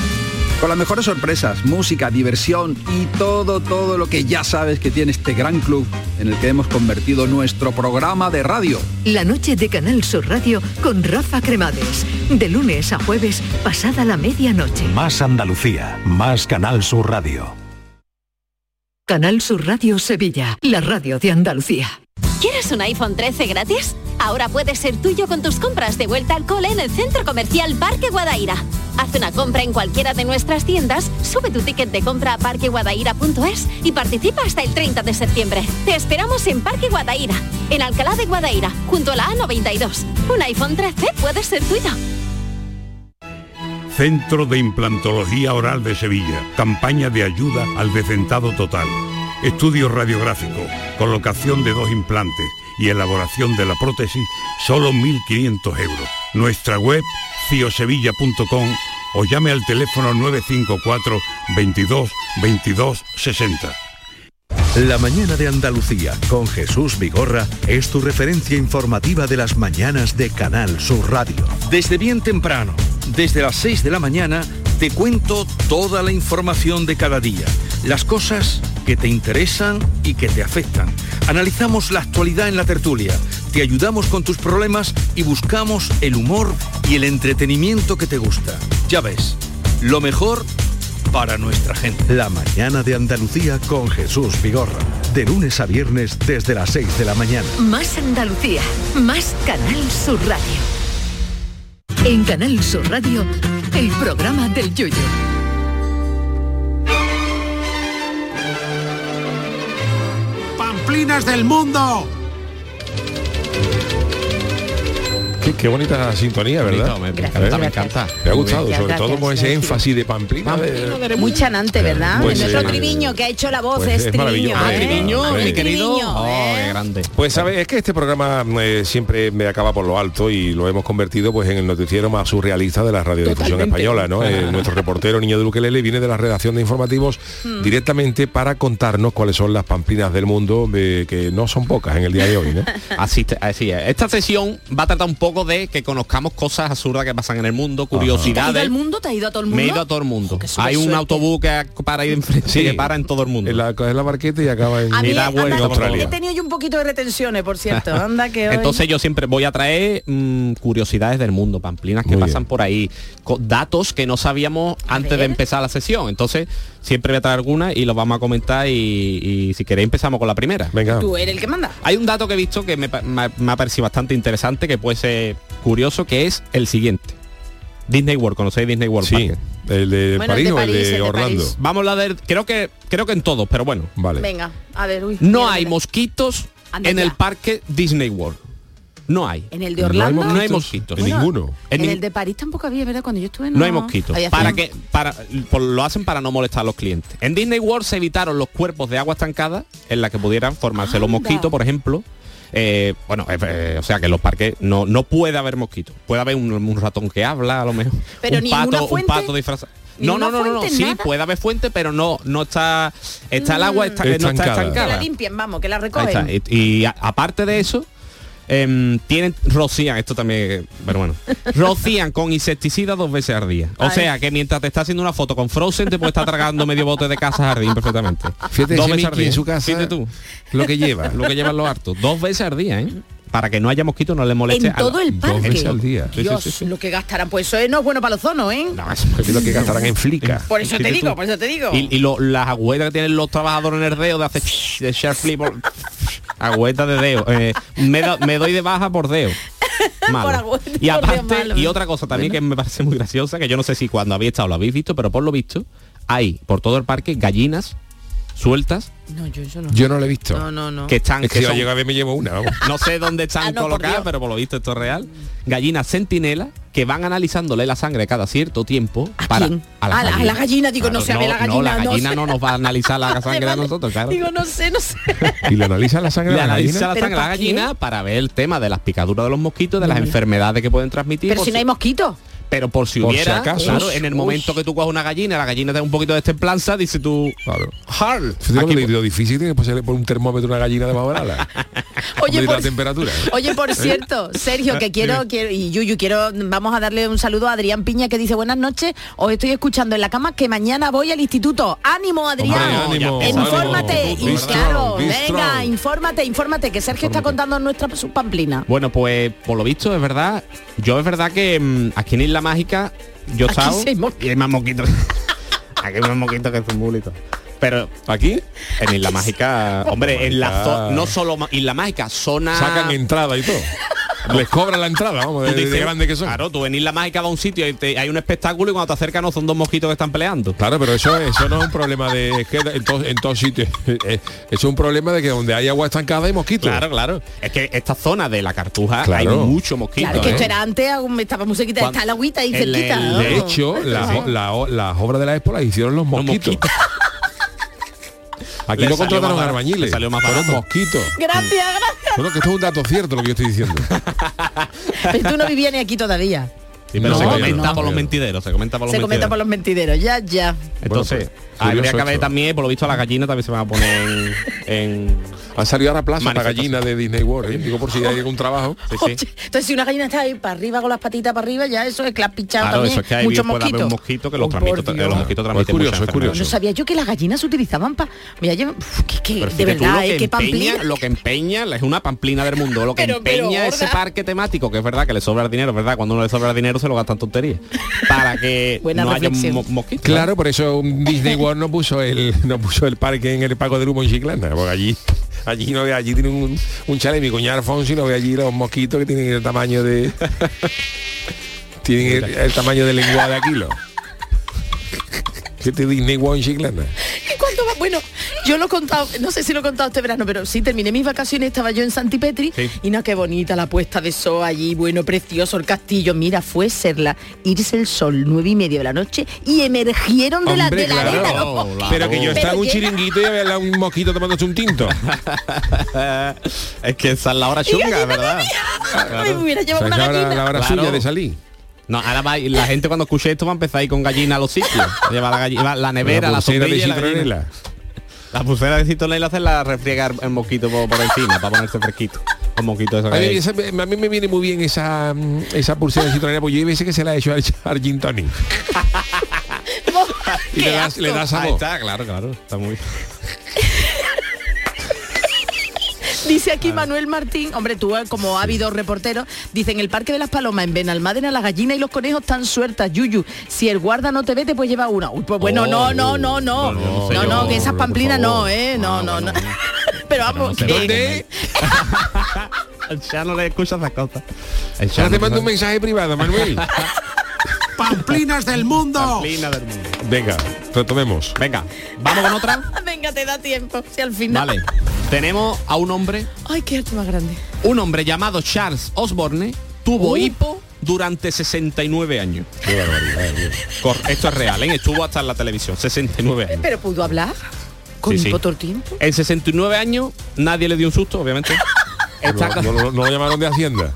Speaker 9: Con las mejores sorpresas, música, diversión y todo, todo lo que ya sabes que tiene este gran club en el que hemos convertido nuestro programa de radio.
Speaker 4: La noche de Canal Sur Radio con Rafa Cremades. De lunes a jueves, pasada la medianoche.
Speaker 10: Más Andalucía, más Canal Sur Radio.
Speaker 4: Canal Sur Radio Sevilla, la radio de Andalucía.
Speaker 11: ¿Quieres un iPhone 13 gratis? Ahora puede ser tuyo con tus compras de vuelta al cole en el centro comercial Parque Guadaira. Haz una compra en cualquiera de nuestras tiendas, sube tu ticket de compra a parqueguadaira.es y participa hasta el 30 de septiembre. Te esperamos en Parque Guadaira, en Alcalá de Guadaira, junto a la A92. Un iPhone 13 puede ser tuyo.
Speaker 12: Centro de Implantología Oral de Sevilla. Campaña de ayuda al decentado total. Estudio radiográfico, colocación de dos implantes y elaboración de la prótesis, solo 1.500 euros. Nuestra web, ciosevilla.com o llame al teléfono 954 22 22 60.
Speaker 10: La mañana de Andalucía con Jesús Vigorra es tu referencia informativa de las mañanas de Canal Sur Radio.
Speaker 13: Desde bien temprano, desde las 6 de la mañana, te cuento toda la información de cada día, las cosas que te interesan y que te afectan. Analizamos la actualidad en la tertulia, te ayudamos con tus problemas y buscamos el humor y el entretenimiento que te gusta. Ya ves, lo mejor para nuestra gente.
Speaker 10: La mañana de Andalucía con Jesús Vigorra. De lunes a viernes desde las 6 de la mañana.
Speaker 4: Más Andalucía, más Canal Sur Radio. En Canal Sur Radio, el programa del yoyo.
Speaker 14: ¡Pamplinas del mundo!
Speaker 1: Qué, qué bonita sintonía, ¿verdad?
Speaker 7: Bonito, me- me Gracias, encanta, me gracias. encanta.
Speaker 1: Me ha gustado,
Speaker 7: Gracias,
Speaker 1: sobre todo
Speaker 7: gracias,
Speaker 1: con ese
Speaker 7: gracias.
Speaker 1: énfasis de pamplina. de-
Speaker 6: Muy chanante, ¿verdad?
Speaker 1: Pues,
Speaker 6: De nuestro
Speaker 1: eh,
Speaker 6: Triviño que ha hecho la voz
Speaker 1: pues
Speaker 6: es
Speaker 1: es maravilloso,
Speaker 6: Triviño, ¿eh?
Speaker 1: hombre, Triviño,
Speaker 6: Muy
Speaker 1: mi
Speaker 7: querido.
Speaker 6: Triviño, ¿eh?
Speaker 7: Oh, grande.
Speaker 1: Pues sabes, es que este programa eh, siempre me acaba por lo alto y lo hemos convertido pues en el noticiero más surrealista de la radiodifusión
Speaker 7: Totalmente.
Speaker 1: española, ¿no? Eh, nuestro reportero Niño de Luquelele viene de la redacción de informativos
Speaker 7: Mm.
Speaker 1: directamente para contarnos cuáles son las pamplinas del mundo, eh, que no son pocas en el día de hoy, ¿no?
Speaker 7: Así, te- así es. Esta sesión va a tratar un poco poco de que conozcamos cosas absurdas que pasan en el mundo, curiosidades.
Speaker 6: ¿Te has ido al mundo? ¿Te has ido a todo el mundo?
Speaker 7: Me he ido a todo el mundo.
Speaker 6: súper
Speaker 7: Hay un
Speaker 6: suerte.
Speaker 7: autobús que para ir enfrente que para en todo el mundo. Es la,
Speaker 1: barqueta y acaba en,
Speaker 6: A mí, anda,
Speaker 7: en
Speaker 6: He
Speaker 7: Australia.
Speaker 6: tenido yo un poquito de retenciones, por
Speaker 7: *laughs*
Speaker 6: cierto. Anda que hoy-
Speaker 7: Entonces yo siempre voy a traer mm, curiosidades del mundo, pamplinas que pasan por ahí, co- datos que no sabíamos antes de empezar la sesión. Entonces siempre voy a traer alguna y los vamos a comentar y, y si queréis empezamos con la primera. Venga.
Speaker 6: Tú eh. eres el que manda.
Speaker 7: Hay un dato que he visto que me, pa- me ha- me ha parecido bastante interesante, que puede ser curioso, que es el siguiente. Disney World, ¿conocéis Disney World? Sí,
Speaker 1: el de Bueno, el de París o el París, de el de Orlando? París.
Speaker 7: Vamos a hablar de, creo que, creo que en todos, pero bueno. Vale.
Speaker 6: Venga, a ver, uy.
Speaker 7: No hay mosquitos
Speaker 6: Anda
Speaker 7: en
Speaker 6: ya.
Speaker 7: el parque Disney World. No hay.
Speaker 6: ¿En el de Orlando?
Speaker 7: No hay mosquitos.
Speaker 6: Bueno,
Speaker 7: En
Speaker 6: En,
Speaker 7: nin-
Speaker 6: el de París tampoco había, ¿verdad? Cuando yo estuve
Speaker 7: no, hay mosquitos.
Speaker 6: había
Speaker 7: Para
Speaker 6: frío.
Speaker 7: que para por- lo hacen para no molestar a los clientes. En Disney World se evitaron los cuerpos de agua estancada en la que pudieran formarse los mosquitos, por ejemplo. Eh, bueno, eh, eh, o sea que en los parques no, no puede haber mosquitos. Puede haber un, un ratón que habla, a lo mejor. *laughs*
Speaker 6: Pero
Speaker 7: un
Speaker 6: ninguna
Speaker 7: pato,
Speaker 6: fuente,
Speaker 7: un pato disfrazado. No, no,
Speaker 6: ninguna
Speaker 7: no, no, no,
Speaker 6: fuente,
Speaker 7: Sí,
Speaker 6: nada.
Speaker 7: puede haber fuente, pero no, no está. Está el agua,
Speaker 6: Mm,
Speaker 7: está, no está
Speaker 6: Que la
Speaker 7: estancada.
Speaker 6: limpien, vamos, que la
Speaker 7: Ahí está. eh,
Speaker 6: recogen.
Speaker 7: Y, y a- aparte de eso, em, tienen, rocían, esto también,
Speaker 6: *laughs*
Speaker 7: pero bueno, rocían con insecticida dos veces al día. O
Speaker 14: Ay.
Speaker 7: sea que mientras te está haciendo una foto con Frozen, te puede estar tragando medio bote de casa jardín perfectamente.
Speaker 1: Fíjate
Speaker 7: dos
Speaker 1: ese
Speaker 7: veces al
Speaker 1: Mickey
Speaker 7: día.
Speaker 1: en su casa,
Speaker 7: Fíjate tú.
Speaker 1: lo que lleva.
Speaker 7: Lo que llevan los hartos. Dos veces al día, ¿eh? Para que no haya mosquitos, no le moleste.
Speaker 6: En
Speaker 7: a
Speaker 6: todo
Speaker 7: la-
Speaker 6: el parque.
Speaker 7: Sí, sí,
Speaker 6: Dios,
Speaker 7: sí, sí.
Speaker 6: lo que gastarán, pues eso eh, no es bueno para los zonos, ¿eh?
Speaker 7: lo que gastarán en flica.
Speaker 6: Por eso te digo, por eso te digo.
Speaker 7: Y, y lo- las agüetas que tienen los trabajadores en el dedo de hacer de share flip. *laughs* por- Agüeta de dedo. Eh, me, do- me doy de baja por *laughs* dedo. Malo.
Speaker 6: Por agüeta,
Speaker 7: y
Speaker 6: por dedo
Speaker 7: aparte,
Speaker 6: malo.
Speaker 7: y otra cosa también que me parece muy graciosa, que yo no sé si cuando habéis estado lo habéis visto, pero por lo visto, hay por todo el parque gallinas sueltas
Speaker 6: No, yo, yo no.
Speaker 7: Yo no lo he visto.
Speaker 6: No, no, no.
Speaker 7: que están
Speaker 1: Es que
Speaker 7: que
Speaker 1: yo
Speaker 7: son-
Speaker 1: llego a ver, me llevo una.
Speaker 7: *laughs*
Speaker 1: vamos.
Speaker 7: no
Speaker 6: *laughs*
Speaker 7: sé dónde están
Speaker 6: Ah, no, por
Speaker 7: colocadas,
Speaker 6: Dios.
Speaker 7: pero por lo visto esto es real. Gallinas centinelas que van analizándole la sangre cada cierto tiempo para a
Speaker 6: A la- a la gallina, digo, no sé, a ver, la
Speaker 7: No, la
Speaker 6: gallina, no
Speaker 7: gallina
Speaker 6: sé.
Speaker 7: no, nos va a analizar
Speaker 6: *laughs*
Speaker 7: la sangre a
Speaker 6: Vale,
Speaker 7: nosotros, claro.
Speaker 6: Digo, no sé, no sé.
Speaker 1: Y le analiza la sangre
Speaker 7: Le
Speaker 1: de la
Speaker 7: analiza
Speaker 1: gallina.
Speaker 7: la sangre a la
Speaker 6: para qué?
Speaker 7: gallina para ver el tema de las picaduras de los mosquitos, de las enfermedades que pueden transmitir.
Speaker 6: Pero
Speaker 7: por
Speaker 6: si no hay mosquitos.
Speaker 7: pero por si
Speaker 1: Por si
Speaker 7: hubiera,
Speaker 1: acaso.
Speaker 7: claro, en
Speaker 1: Ush,
Speaker 7: el
Speaker 1: ush.
Speaker 7: momento que tú coges una gallina, la gallina te da un poquito de templanza, dice tú, Harl,
Speaker 1: Fíjate lo, lo difícil que es ponerle por un termómetro a una gallina debajo de la
Speaker 7: *laughs*
Speaker 1: ala.
Speaker 7: Pues
Speaker 6: Oye,
Speaker 1: Medir
Speaker 6: por-
Speaker 1: la temperatura.
Speaker 6: Oye, por
Speaker 1: ¿Eh?
Speaker 6: cierto, Sergio, que quiero,
Speaker 1: Dime.
Speaker 6: quiero, y Yuyu, quiero, vamos a darle un saludo a Adrián Piña que dice, buenas noches, os estoy escuchando en la cama que mañana voy al instituto. ¡Ánimo, Adrián!
Speaker 1: Hombre, ánimo,
Speaker 6: infórmate,
Speaker 1: ánimo.
Speaker 6: y
Speaker 1: Be
Speaker 6: claro,
Speaker 1: strong, be
Speaker 6: venga,
Speaker 1: strong.
Speaker 6: infórmate, infórmate, que Sergio está contando nuestra su pamplina.
Speaker 7: Bueno, pues por lo visto es verdad. Yo es verdad que mm, aquí en Isla Mágica yo
Speaker 6: Aquí
Speaker 7: estaba
Speaker 6: sí hay
Speaker 7: y hay
Speaker 6: *laughs*
Speaker 7: más mosquitos. aquí hay más mosquitos que futbolitos. Pero aquí en Isla Mágica, hombre, en la
Speaker 1: Mágica.
Speaker 7: zona no solo ma- Isla Mágica, zona
Speaker 1: Sacan entrada y todo. Les cobran la entrada, vamos, de, de grande que son.
Speaker 7: Claro, tú en Isla Mágica va a un sitio y te- hay un espectáculo y cuando te acercas no son dos mosquitos que están peleando.
Speaker 1: Claro, pero eso, eso no es un problema de es que en todos en todos sitios. *laughs* eh, eh, Es un problema de que donde hay agua estancada hay mosquitos.
Speaker 7: Claro, claro. Es que esta zona de la Cartuja hay
Speaker 1: Claro.
Speaker 7: mucho mosquito.
Speaker 6: Claro, que
Speaker 7: ¿eh?
Speaker 6: esto era antes, aún estaba muy cerquita,
Speaker 7: Cuando-
Speaker 6: está la agüita ahí
Speaker 7: el-
Speaker 6: cerquita. ¿no?
Speaker 1: De hecho, la-
Speaker 6: Sí.
Speaker 1: la- las obras de la Expo las hicieron los mosquitos. Aquí
Speaker 7: Le
Speaker 1: no
Speaker 7: salió más
Speaker 1: contrataron
Speaker 7: barato,
Speaker 1: arbañiles,
Speaker 7: le salió más
Speaker 1: fueron
Speaker 7: barato.
Speaker 1: mosquitos.
Speaker 6: Gracias,
Speaker 1: Bueno, que esto es un dato cierto lo que yo estoy diciendo.
Speaker 6: gracias. Pero tú no vivías ni aquí todavía.
Speaker 7: Pero
Speaker 1: No,
Speaker 7: se
Speaker 1: no,
Speaker 7: comenta
Speaker 1: no.
Speaker 7: por los mentideros, se comenta por los
Speaker 6: Se comenta
Speaker 7: mentideros.
Speaker 6: por los mentideros, ya, ya.
Speaker 7: Entonces, ah,
Speaker 1: pues,
Speaker 7: habría
Speaker 1: curioso
Speaker 7: que ver
Speaker 1: esto.
Speaker 7: también, por lo visto, las gallinas también se van a poner en... en
Speaker 1: Han salido ahora plaza para
Speaker 7: Manifestación.
Speaker 1: gallina de Disney World, ¿eh? digo por si hay algún *laughs* trabajo.
Speaker 6: Oye, entonces si una gallina está ahí para arriba con las patitas para arriba, ya eso es que la has pichado
Speaker 7: Claro,
Speaker 6: también.
Speaker 7: eso es que hay
Speaker 6: Muchos
Speaker 7: puede haber un
Speaker 6: mosquitos.
Speaker 7: mosquito que los, transmite, que los
Speaker 1: Pues
Speaker 7: mosquitos transmiten
Speaker 1: curioso,
Speaker 7: muchas
Speaker 1: es curioso.
Speaker 6: No sabía yo que las gallinas se utilizaban para. Mira, yo- Uf, que- que-
Speaker 7: Pero
Speaker 6: de
Speaker 7: fíjate tú,
Speaker 6: verdad,
Speaker 7: lo,
Speaker 6: eh,
Speaker 7: que
Speaker 6: qué
Speaker 7: empeña,
Speaker 6: pamplina.
Speaker 7: lo que empeña es una pamplina del mundo, lo que
Speaker 6: Pero- pero
Speaker 7: empeña ese
Speaker 6: gorda.
Speaker 7: parque temático, que es verdad que le sobra el dinero, es verdad, cuando uno le sobra el dinero se lo gastan tonterías, para que
Speaker 6: *laughs* Buena
Speaker 7: no
Speaker 6: reflexión.
Speaker 7: haya mo- mosquitos.
Speaker 1: Claro, por eso um, Disney World no puso el *laughs* no puso el parque en el Paco del Humo en Chiclana, porque allí *laughs* allí no ve allí tiene un, un chale mi cuñado Alfonso y no ve allí los mosquitos que tienen el tamaño de *laughs* tienen el, el tamaño de lengua de Aquilo. ¿Qué te Disney World en Chiclana?
Speaker 6: ¿Y cuánto va? Bueno, yo lo he contado, no sé si lo he contado este verano, pero sí, terminé mis vacaciones, estaba yo en Santipetri
Speaker 1: Sí.
Speaker 6: y no, qué bonita la puesta de sol allí, bueno, precioso el castillo. Mira, fue serla, irse el sol, nueve y media de la noche y emergieron de la, de la arena. los mosquitos.
Speaker 1: pero que yo estaba en un
Speaker 6: llega-
Speaker 1: chiringuito y había al lado un mosquito tomándose
Speaker 6: *laughs*
Speaker 1: un tinto.
Speaker 7: es que esa es la hora chunga,
Speaker 6: gallina
Speaker 7: ¿verdad?
Speaker 6: Ay, me hubiera llevado
Speaker 7: O
Speaker 6: una
Speaker 7: sea, esa hora-
Speaker 6: gallina.
Speaker 7: la hora
Speaker 1: Claro.
Speaker 7: suya de salir. No, ahora va, la gente cuando escuche esto va a empezar a ir con gallina a los sitios. Lleva la, galli- va la nevera, la,
Speaker 1: La pulsera de
Speaker 7: sombrilla y la gallina.
Speaker 1: citronela.
Speaker 7: La pulsera de citronela hace la refriegar el mosquito por, por encima para ponerse fresquito. Los moquitos esos
Speaker 1: A
Speaker 7: que
Speaker 1: mí,
Speaker 7: hay.
Speaker 1: esa- a mí me viene muy bien esa, mm, esa pulsera de citronera, porque yo hay veces que se la he hecho al, *laughs* al gin tonic. *laughs* y le das, le das
Speaker 7: Ahí
Speaker 1: sabor.
Speaker 7: está, claro, claro. Está muy
Speaker 6: Dice aquí Manuel Martín, hombre, tú eh, como ávido reportero, dice en el Parque de las Palomas, en Benalmádena, las gallinas y los conejos están sueltas, Yuyu. Si el guarda no te ve, te puedes llevar una. Uy, pues bueno,
Speaker 14: Oh.
Speaker 6: no, no, no, no.
Speaker 14: No, no,
Speaker 6: No,
Speaker 14: no,
Speaker 6: no,
Speaker 14: señor,
Speaker 6: que esas
Speaker 14: por
Speaker 6: pamplinas no,
Speaker 14: favor.
Speaker 6: eh.
Speaker 7: Ah,
Speaker 6: No, no, no. *laughs* Pero vamos,
Speaker 7: se
Speaker 6: que-
Speaker 7: ¿Dónde? El Chano le escucha esas cosas. El
Speaker 1: Ahora te mando un mensaje privado, *laughs* Manuel.
Speaker 7: ¡Pamplinas del mundo! ¡Pamplinas del mundo!
Speaker 1: Venga, retomemos.
Speaker 7: Venga, vamos con otra.
Speaker 6: *laughs* Venga, te da tiempo. Si al final.
Speaker 7: Vale. Tenemos a un hombre
Speaker 6: Ay, qué arte más grande.
Speaker 7: Un hombre llamado Charles Osborne tuvo
Speaker 6: Uh.
Speaker 7: hipo durante 69 años. Cor- Esto es real, ¿eh? estuvo hasta en la televisión, 69 años.
Speaker 6: Pero pudo hablar con
Speaker 7: Sí, sí.
Speaker 6: hipo todo el tiempo.
Speaker 7: En 69 años nadie le dio un susto, obviamente.
Speaker 1: No, no, no lo llamaron de Hacienda.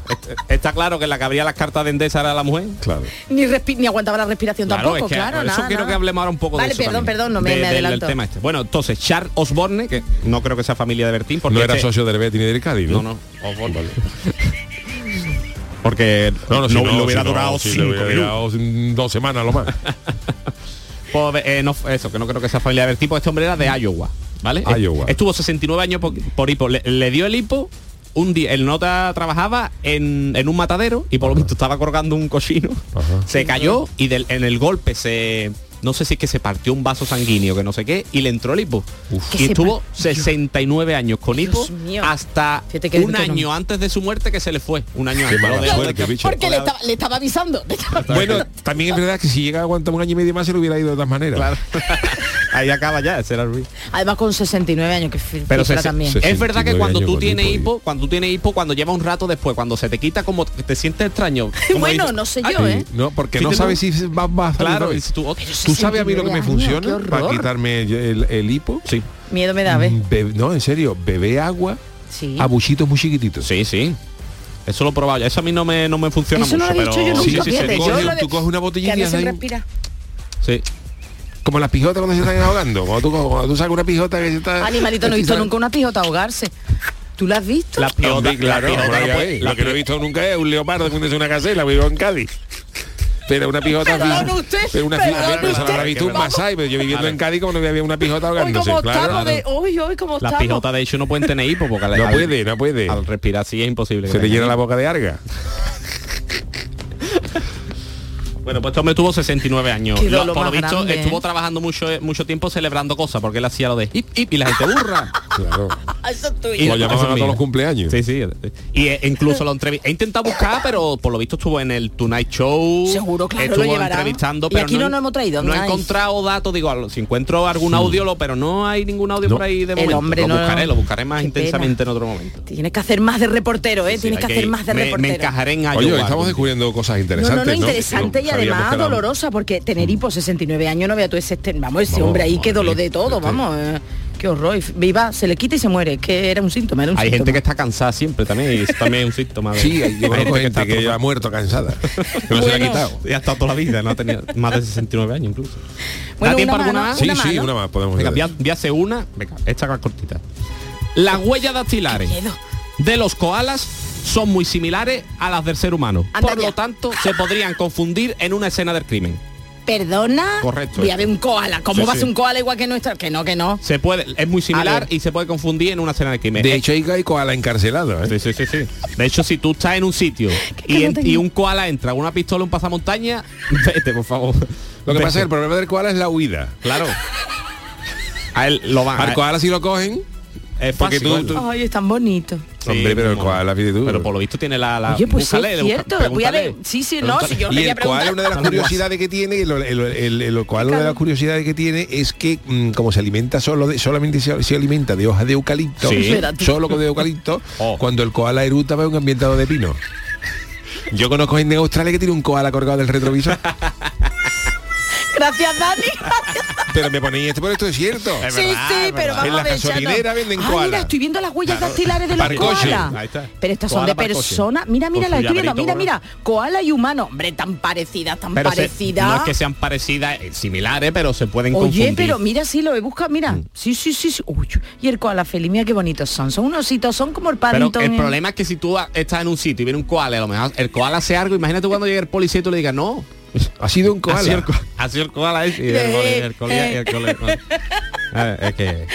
Speaker 7: Está claro que la que abría las cartas de Endesa era la mujer.
Speaker 1: Claro.
Speaker 6: Ni, respi- ni aguantaba la respiración tampoco,
Speaker 7: es que
Speaker 6: claro.
Speaker 7: Eso
Speaker 6: nada,
Speaker 7: quiero
Speaker 6: nada.
Speaker 7: que hablemos ahora un poco
Speaker 6: Vale,
Speaker 7: de eso.
Speaker 6: perdón,
Speaker 7: también.
Speaker 6: perdón, no me-
Speaker 7: De-
Speaker 6: me
Speaker 7: de- del
Speaker 6: adelanto.
Speaker 7: tema este. Bueno, entonces, Charles Osborne, que no creo que sea familia de Bertín, porque
Speaker 1: No era
Speaker 7: este-
Speaker 1: socio del Betis ni del Cádiz, ¿no?
Speaker 7: No, no. Vale. Porque
Speaker 1: no, no, si
Speaker 7: no-
Speaker 1: no,
Speaker 7: lo hubiera
Speaker 1: si no,
Speaker 7: durado
Speaker 1: si le
Speaker 7: cinco
Speaker 1: hubiera
Speaker 7: minutos.
Speaker 1: durado, mm, dos semanas lo *laughs* más.
Speaker 7: Pues, eh, no, eso, que no creo que sea familia del tipo. Este hombre era de Iowa, ¿vale?
Speaker 1: Iowa.
Speaker 7: Estuvo 69 años por, por hipo. Le, le dio el hipo un día. El nota trabajaba en, en un matadero y por lo visto estaba colgando un cochino. Se cayó y del- en el golpe se... No sé si es que se partió un vaso sanguíneo, que no sé qué, y le entró el hipo.
Speaker 6: Que
Speaker 7: Y
Speaker 6: se
Speaker 7: estuvo
Speaker 6: par-
Speaker 7: 69 años con hipo
Speaker 6: Dios mío.
Speaker 7: hasta
Speaker 6: Fíjate que-
Speaker 7: un
Speaker 6: que no.
Speaker 7: año antes de su muerte que se le fue. Un año
Speaker 1: Qué
Speaker 7: antes.
Speaker 1: mala
Speaker 7: Lo de-
Speaker 1: suerte, bicho.
Speaker 6: Porque le estaba, le estaba avisando. le estaba-
Speaker 1: Bueno, también es verdad que si llega a aguantar un año y medio más se lo hubiera ido de otras maneras.
Speaker 7: Ahí acaba ya, ese era el Ruiz.
Speaker 6: Además con 69 años que fi-
Speaker 7: Pero
Speaker 6: cifra
Speaker 7: se- se-
Speaker 6: también.
Speaker 7: es verdad que
Speaker 1: 69
Speaker 7: cuando
Speaker 1: años
Speaker 7: tú
Speaker 1: con
Speaker 7: tienes
Speaker 1: hipo,
Speaker 7: hipo, cuando tú tienes hipo, cuando lleva un rato después, cuando se te quita como que te sientes
Speaker 6: *laughs*
Speaker 7: extraño. como
Speaker 6: Bueno,
Speaker 7: dices,
Speaker 6: no sé
Speaker 7: "Ay,
Speaker 6: yo,
Speaker 7: sí".
Speaker 6: ¿eh?
Speaker 1: No, porque
Speaker 7: Sí,
Speaker 1: no
Speaker 7: te-
Speaker 1: sabes si vas va, a salir
Speaker 7: Claro,
Speaker 1: otra vez.
Speaker 7: dices tú, "Oh".
Speaker 1: ¿Tú sabes a mí lo que me
Speaker 6: 69 años,
Speaker 1: funciona
Speaker 6: qué
Speaker 1: para
Speaker 6: horror.
Speaker 1: quitarme el, el hipo?
Speaker 7: Sí.
Speaker 6: Miedo me da, ¿ves?
Speaker 1: Mm. no, en serio, bebé agua
Speaker 6: Sí.
Speaker 1: a buchitos muy chiquititos.
Speaker 7: Sí, sí. Eso lo he probado. ya. Eso a mí no me, no me funciona
Speaker 6: Eso no
Speaker 7: mucho.
Speaker 6: lo he
Speaker 7: pero
Speaker 6: dicho yo
Speaker 7: sí,
Speaker 6: nunca,
Speaker 7: sí, sí,
Speaker 6: fíjate,
Speaker 7: sí.
Speaker 6: yo lo de-
Speaker 1: tú coges una
Speaker 6: Que
Speaker 1: botellita
Speaker 6: a
Speaker 1: y
Speaker 6: veces
Speaker 1: haces ahí-
Speaker 6: respira.
Speaker 7: Sí.
Speaker 1: como las pijotas cuando se están ahogando. Cuando tú, cuando tú sacas una pijota que se está...
Speaker 6: Animalito, no he
Speaker 1: que se
Speaker 6: visto
Speaker 1: está-
Speaker 6: nunca una pijota ahogarse. ¿Tú la has visto?
Speaker 7: La
Speaker 1: Hombre,
Speaker 7: pijota,
Speaker 1: claro,
Speaker 7: la pijota
Speaker 1: hombre,
Speaker 7: no
Speaker 1: ya
Speaker 7: puede-
Speaker 1: ves.
Speaker 7: la
Speaker 1: lo que no he
Speaker 7: pi-
Speaker 1: visto nunca es un leopardo que hunde una gacela, vivo en Cádiz. Pero una pijota...
Speaker 6: Perdone
Speaker 1: fi-
Speaker 6: usted,
Speaker 1: pero una
Speaker 6: perdone
Speaker 1: pijota, pero eso no
Speaker 6: usted.
Speaker 1: la he visto un
Speaker 6: Vamos.
Speaker 1: Masai, pero yo viviendo en Cádiz como no había una pijota
Speaker 6: Hoy
Speaker 1: ahogándose.
Speaker 6: como
Speaker 1: claro.
Speaker 6: estamos de... Hoy, hoy como
Speaker 7: Las
Speaker 6: estamos.
Speaker 7: pijotas de hecho no pueden tener hipo porque al-
Speaker 1: No
Speaker 7: al-
Speaker 1: puede, no puede.
Speaker 7: Al respirar así es imposible. que
Speaker 1: Se te
Speaker 7: tenga
Speaker 1: llena la
Speaker 7: hipo.
Speaker 1: boca de arga.
Speaker 7: Bueno, pues este hombre tuvo 69 años.
Speaker 6: Qué
Speaker 7: Lo-
Speaker 6: dolor
Speaker 7: por lo
Speaker 6: más
Speaker 7: visto,
Speaker 6: grande,
Speaker 7: estuvo
Speaker 6: ¿eh?
Speaker 7: trabajando mucho, mucho tiempo celebrando cosas, porque él hacía lo de hip hip y la
Speaker 6: *laughs*
Speaker 7: gente burra.
Speaker 1: Claro.
Speaker 6: Ah, Eso es tuyo.
Speaker 7: Y
Speaker 1: Lo llamaban a todos
Speaker 7: mira.
Speaker 1: los cumpleaños.
Speaker 7: Sí, sí. Y eh, incluso lo entrevisté. He intentado buscar, pero por lo visto estuvo en el Tonight Show.
Speaker 6: Seguro, claro,
Speaker 7: Estuvo
Speaker 6: lo llevará.
Speaker 7: entrevistando,
Speaker 6: Y
Speaker 7: pero
Speaker 6: aquí no nos hemos traído,
Speaker 7: No he
Speaker 6: nice.
Speaker 7: encontrado datos, digo, al- si encuentro algún audio, lo- pero no hay ningún audio
Speaker 1: Hmm. No.
Speaker 7: por ahí de
Speaker 6: El
Speaker 7: momento.
Speaker 6: hombre
Speaker 7: lo
Speaker 6: no-
Speaker 7: buscaré, lo buscaré más
Speaker 6: Qué pena.
Speaker 7: intensamente en otro momento.
Speaker 6: Tienes que hacer más de reportero, ¿eh?
Speaker 7: Sí,
Speaker 6: Tienes
Speaker 7: hay
Speaker 6: que hacer
Speaker 7: ir-
Speaker 6: más de
Speaker 7: me,
Speaker 6: reportero.
Speaker 7: Me encajaré en
Speaker 1: Oye,
Speaker 7: Iowa
Speaker 1: estamos
Speaker 7: algún día.
Speaker 1: descubriendo cosas
Speaker 6: No,
Speaker 1: interesantes.
Speaker 6: no, no, interesante
Speaker 1: Que
Speaker 6: y
Speaker 1: no sabíamos
Speaker 6: además
Speaker 1: que era-
Speaker 6: dolorosa, porque tener hipos 69 años, no vea tú ese, este- vamos, ese
Speaker 1: Vamos,
Speaker 6: hombre ahí que
Speaker 1: madre
Speaker 6: dolor
Speaker 1: mía,
Speaker 6: de todo,
Speaker 1: este-
Speaker 6: vamos, eh, qué horror. Viva, se le quita y se muere, que era un síntoma, era un
Speaker 7: Hay
Speaker 1: *laughs*
Speaker 7: gente
Speaker 6: síntoma.
Speaker 7: que está cansada siempre también y eso también es un síntoma. de-
Speaker 1: Sí, hay- yo
Speaker 7: Hay
Speaker 1: conozco
Speaker 7: está
Speaker 1: gente que
Speaker 7: todo-
Speaker 1: ya ha muerto *laughs* cansada. Que no se la ha
Speaker 6: Bueno.
Speaker 1: quitado.
Speaker 7: Ya está toda la vida, no ha tenido más de 69 años incluso.
Speaker 6: Bueno,
Speaker 7: ¿Da tiempo
Speaker 6: una
Speaker 7: alguna
Speaker 6: mano,
Speaker 7: más?
Speaker 1: Sí,
Speaker 6: más,
Speaker 1: sí,
Speaker 6: Ah, ¿no?
Speaker 1: una más podemos
Speaker 7: Venga,
Speaker 1: ir.
Speaker 7: voy a- voy a hacer una. Venga, esta más cortita. Las huellas dactilares
Speaker 6: Qué miedo.
Speaker 7: de los koalas son muy similares a las del ser humano.
Speaker 6: Anda
Speaker 7: Por
Speaker 6: ya.
Speaker 7: lo tanto, se podrían confundir en una escena del crimen.
Speaker 6: Perdona,
Speaker 7: Correcto,
Speaker 6: voy a
Speaker 7: eso.
Speaker 6: ver un koala, ¿cómo
Speaker 7: Sí,
Speaker 6: va a ser
Speaker 7: sí.
Speaker 6: un koala igual que nuestra? Que no, que no.
Speaker 7: Se puede, es muy
Speaker 6: A
Speaker 7: similar
Speaker 6: ver.
Speaker 7: y se puede confundir en una escena del crimen.
Speaker 1: De
Speaker 7: Eh,
Speaker 1: hecho, hay hay koala encarcelado. ¿eh?
Speaker 7: Sí, sí, sí, sí. De hecho, si tú estás en
Speaker 6: *laughs*
Speaker 7: un sitio y,
Speaker 6: cara
Speaker 7: en-
Speaker 6: tengo?
Speaker 7: y un koala entra con una pistola, un pasamontaña, *laughs* vete, por favor.
Speaker 1: Lo que
Speaker 7: Vete.
Speaker 1: pasa es que el problema del koala es la huida.
Speaker 7: Claro. A él lo van a-
Speaker 1: Al koala si lo cogen.
Speaker 7: es
Speaker 1: porque
Speaker 7: fácil,
Speaker 1: tú-
Speaker 7: ¿no?
Speaker 1: tú-
Speaker 6: Ay, es tan bonito.
Speaker 7: Sí,
Speaker 1: Hombre, pero el
Speaker 7: como-
Speaker 1: koala fíjate tú.
Speaker 7: Pero por lo visto tiene la... la
Speaker 6: Oye, pues sí,
Speaker 7: búscale,
Speaker 6: es
Speaker 7: le busca-
Speaker 6: cierto, voy a ver.
Speaker 7: pregúntale.
Speaker 6: Sí, sí, no, si yo le
Speaker 1: y
Speaker 6: voy a
Speaker 1: el koala
Speaker 6: preguntar.
Speaker 1: una de las curiosidades que tiene el, el- el- el koala una de las curiosidades que tiene es que mm, como se alimenta solo de, solamente se, se alimenta de hojas de eucalipto
Speaker 7: Sí.
Speaker 1: solo con de eucalipto
Speaker 7: *laughs* Oh.
Speaker 1: cuando el koala eruta va un ambientado de pino
Speaker 7: *laughs*
Speaker 1: yo conozco gente en Australia que tiene un koala colgado del retrovisor
Speaker 6: Gracias, Dani.
Speaker 1: Pero me ponéis esto por esto es cierto.
Speaker 6: Sí, sí, pero vamos
Speaker 1: En la
Speaker 6: a ver,
Speaker 1: gasolinera
Speaker 6: Chano.
Speaker 1: venden
Speaker 6: Ah, mira,
Speaker 1: koala.
Speaker 6: estoy viendo las huellas dactilares de los
Speaker 1: Parcoche.
Speaker 6: koalas.
Speaker 1: Ahí está.
Speaker 6: Pero estas son
Speaker 1: Koala
Speaker 6: de
Speaker 1: parcoche.
Speaker 6: personas. Mira, mira,
Speaker 7: Con
Speaker 6: las
Speaker 7: su
Speaker 6: estoy viendo.
Speaker 7: llaverito
Speaker 6: Mira,
Speaker 7: morado.
Speaker 6: mira. Koala y humano. Hombre, tan parecidas, tan
Speaker 7: Pero se-
Speaker 6: parecidas.
Speaker 7: no es que sean parecidas, eh, similares, pero se pueden
Speaker 6: Oye,
Speaker 7: confundir.
Speaker 6: pero mira, sí, lo he buscado,
Speaker 1: Mm.
Speaker 6: mira. Sí, sí, sí, sí. Uy, y el koala feliz, mira qué bonitos son. Son unos ositos, son como el
Speaker 7: Pero
Speaker 6: paddington.
Speaker 7: el
Speaker 6: eh.
Speaker 7: problema es que si tú a- estás en un sitio y viene un koala, a lo mejor el koala hace algo, imagínate cuando llegue el policía y tú le digas, no.
Speaker 1: Ha sido un
Speaker 7: koala. Ha sido el, ko-
Speaker 1: ha sido el koala
Speaker 6: *laughs*
Speaker 1: ese.
Speaker 7: y el cole-
Speaker 6: Eh,
Speaker 7: y el cole- y el cole-
Speaker 6: *laughs*
Speaker 7: y el cole- A ver, es que-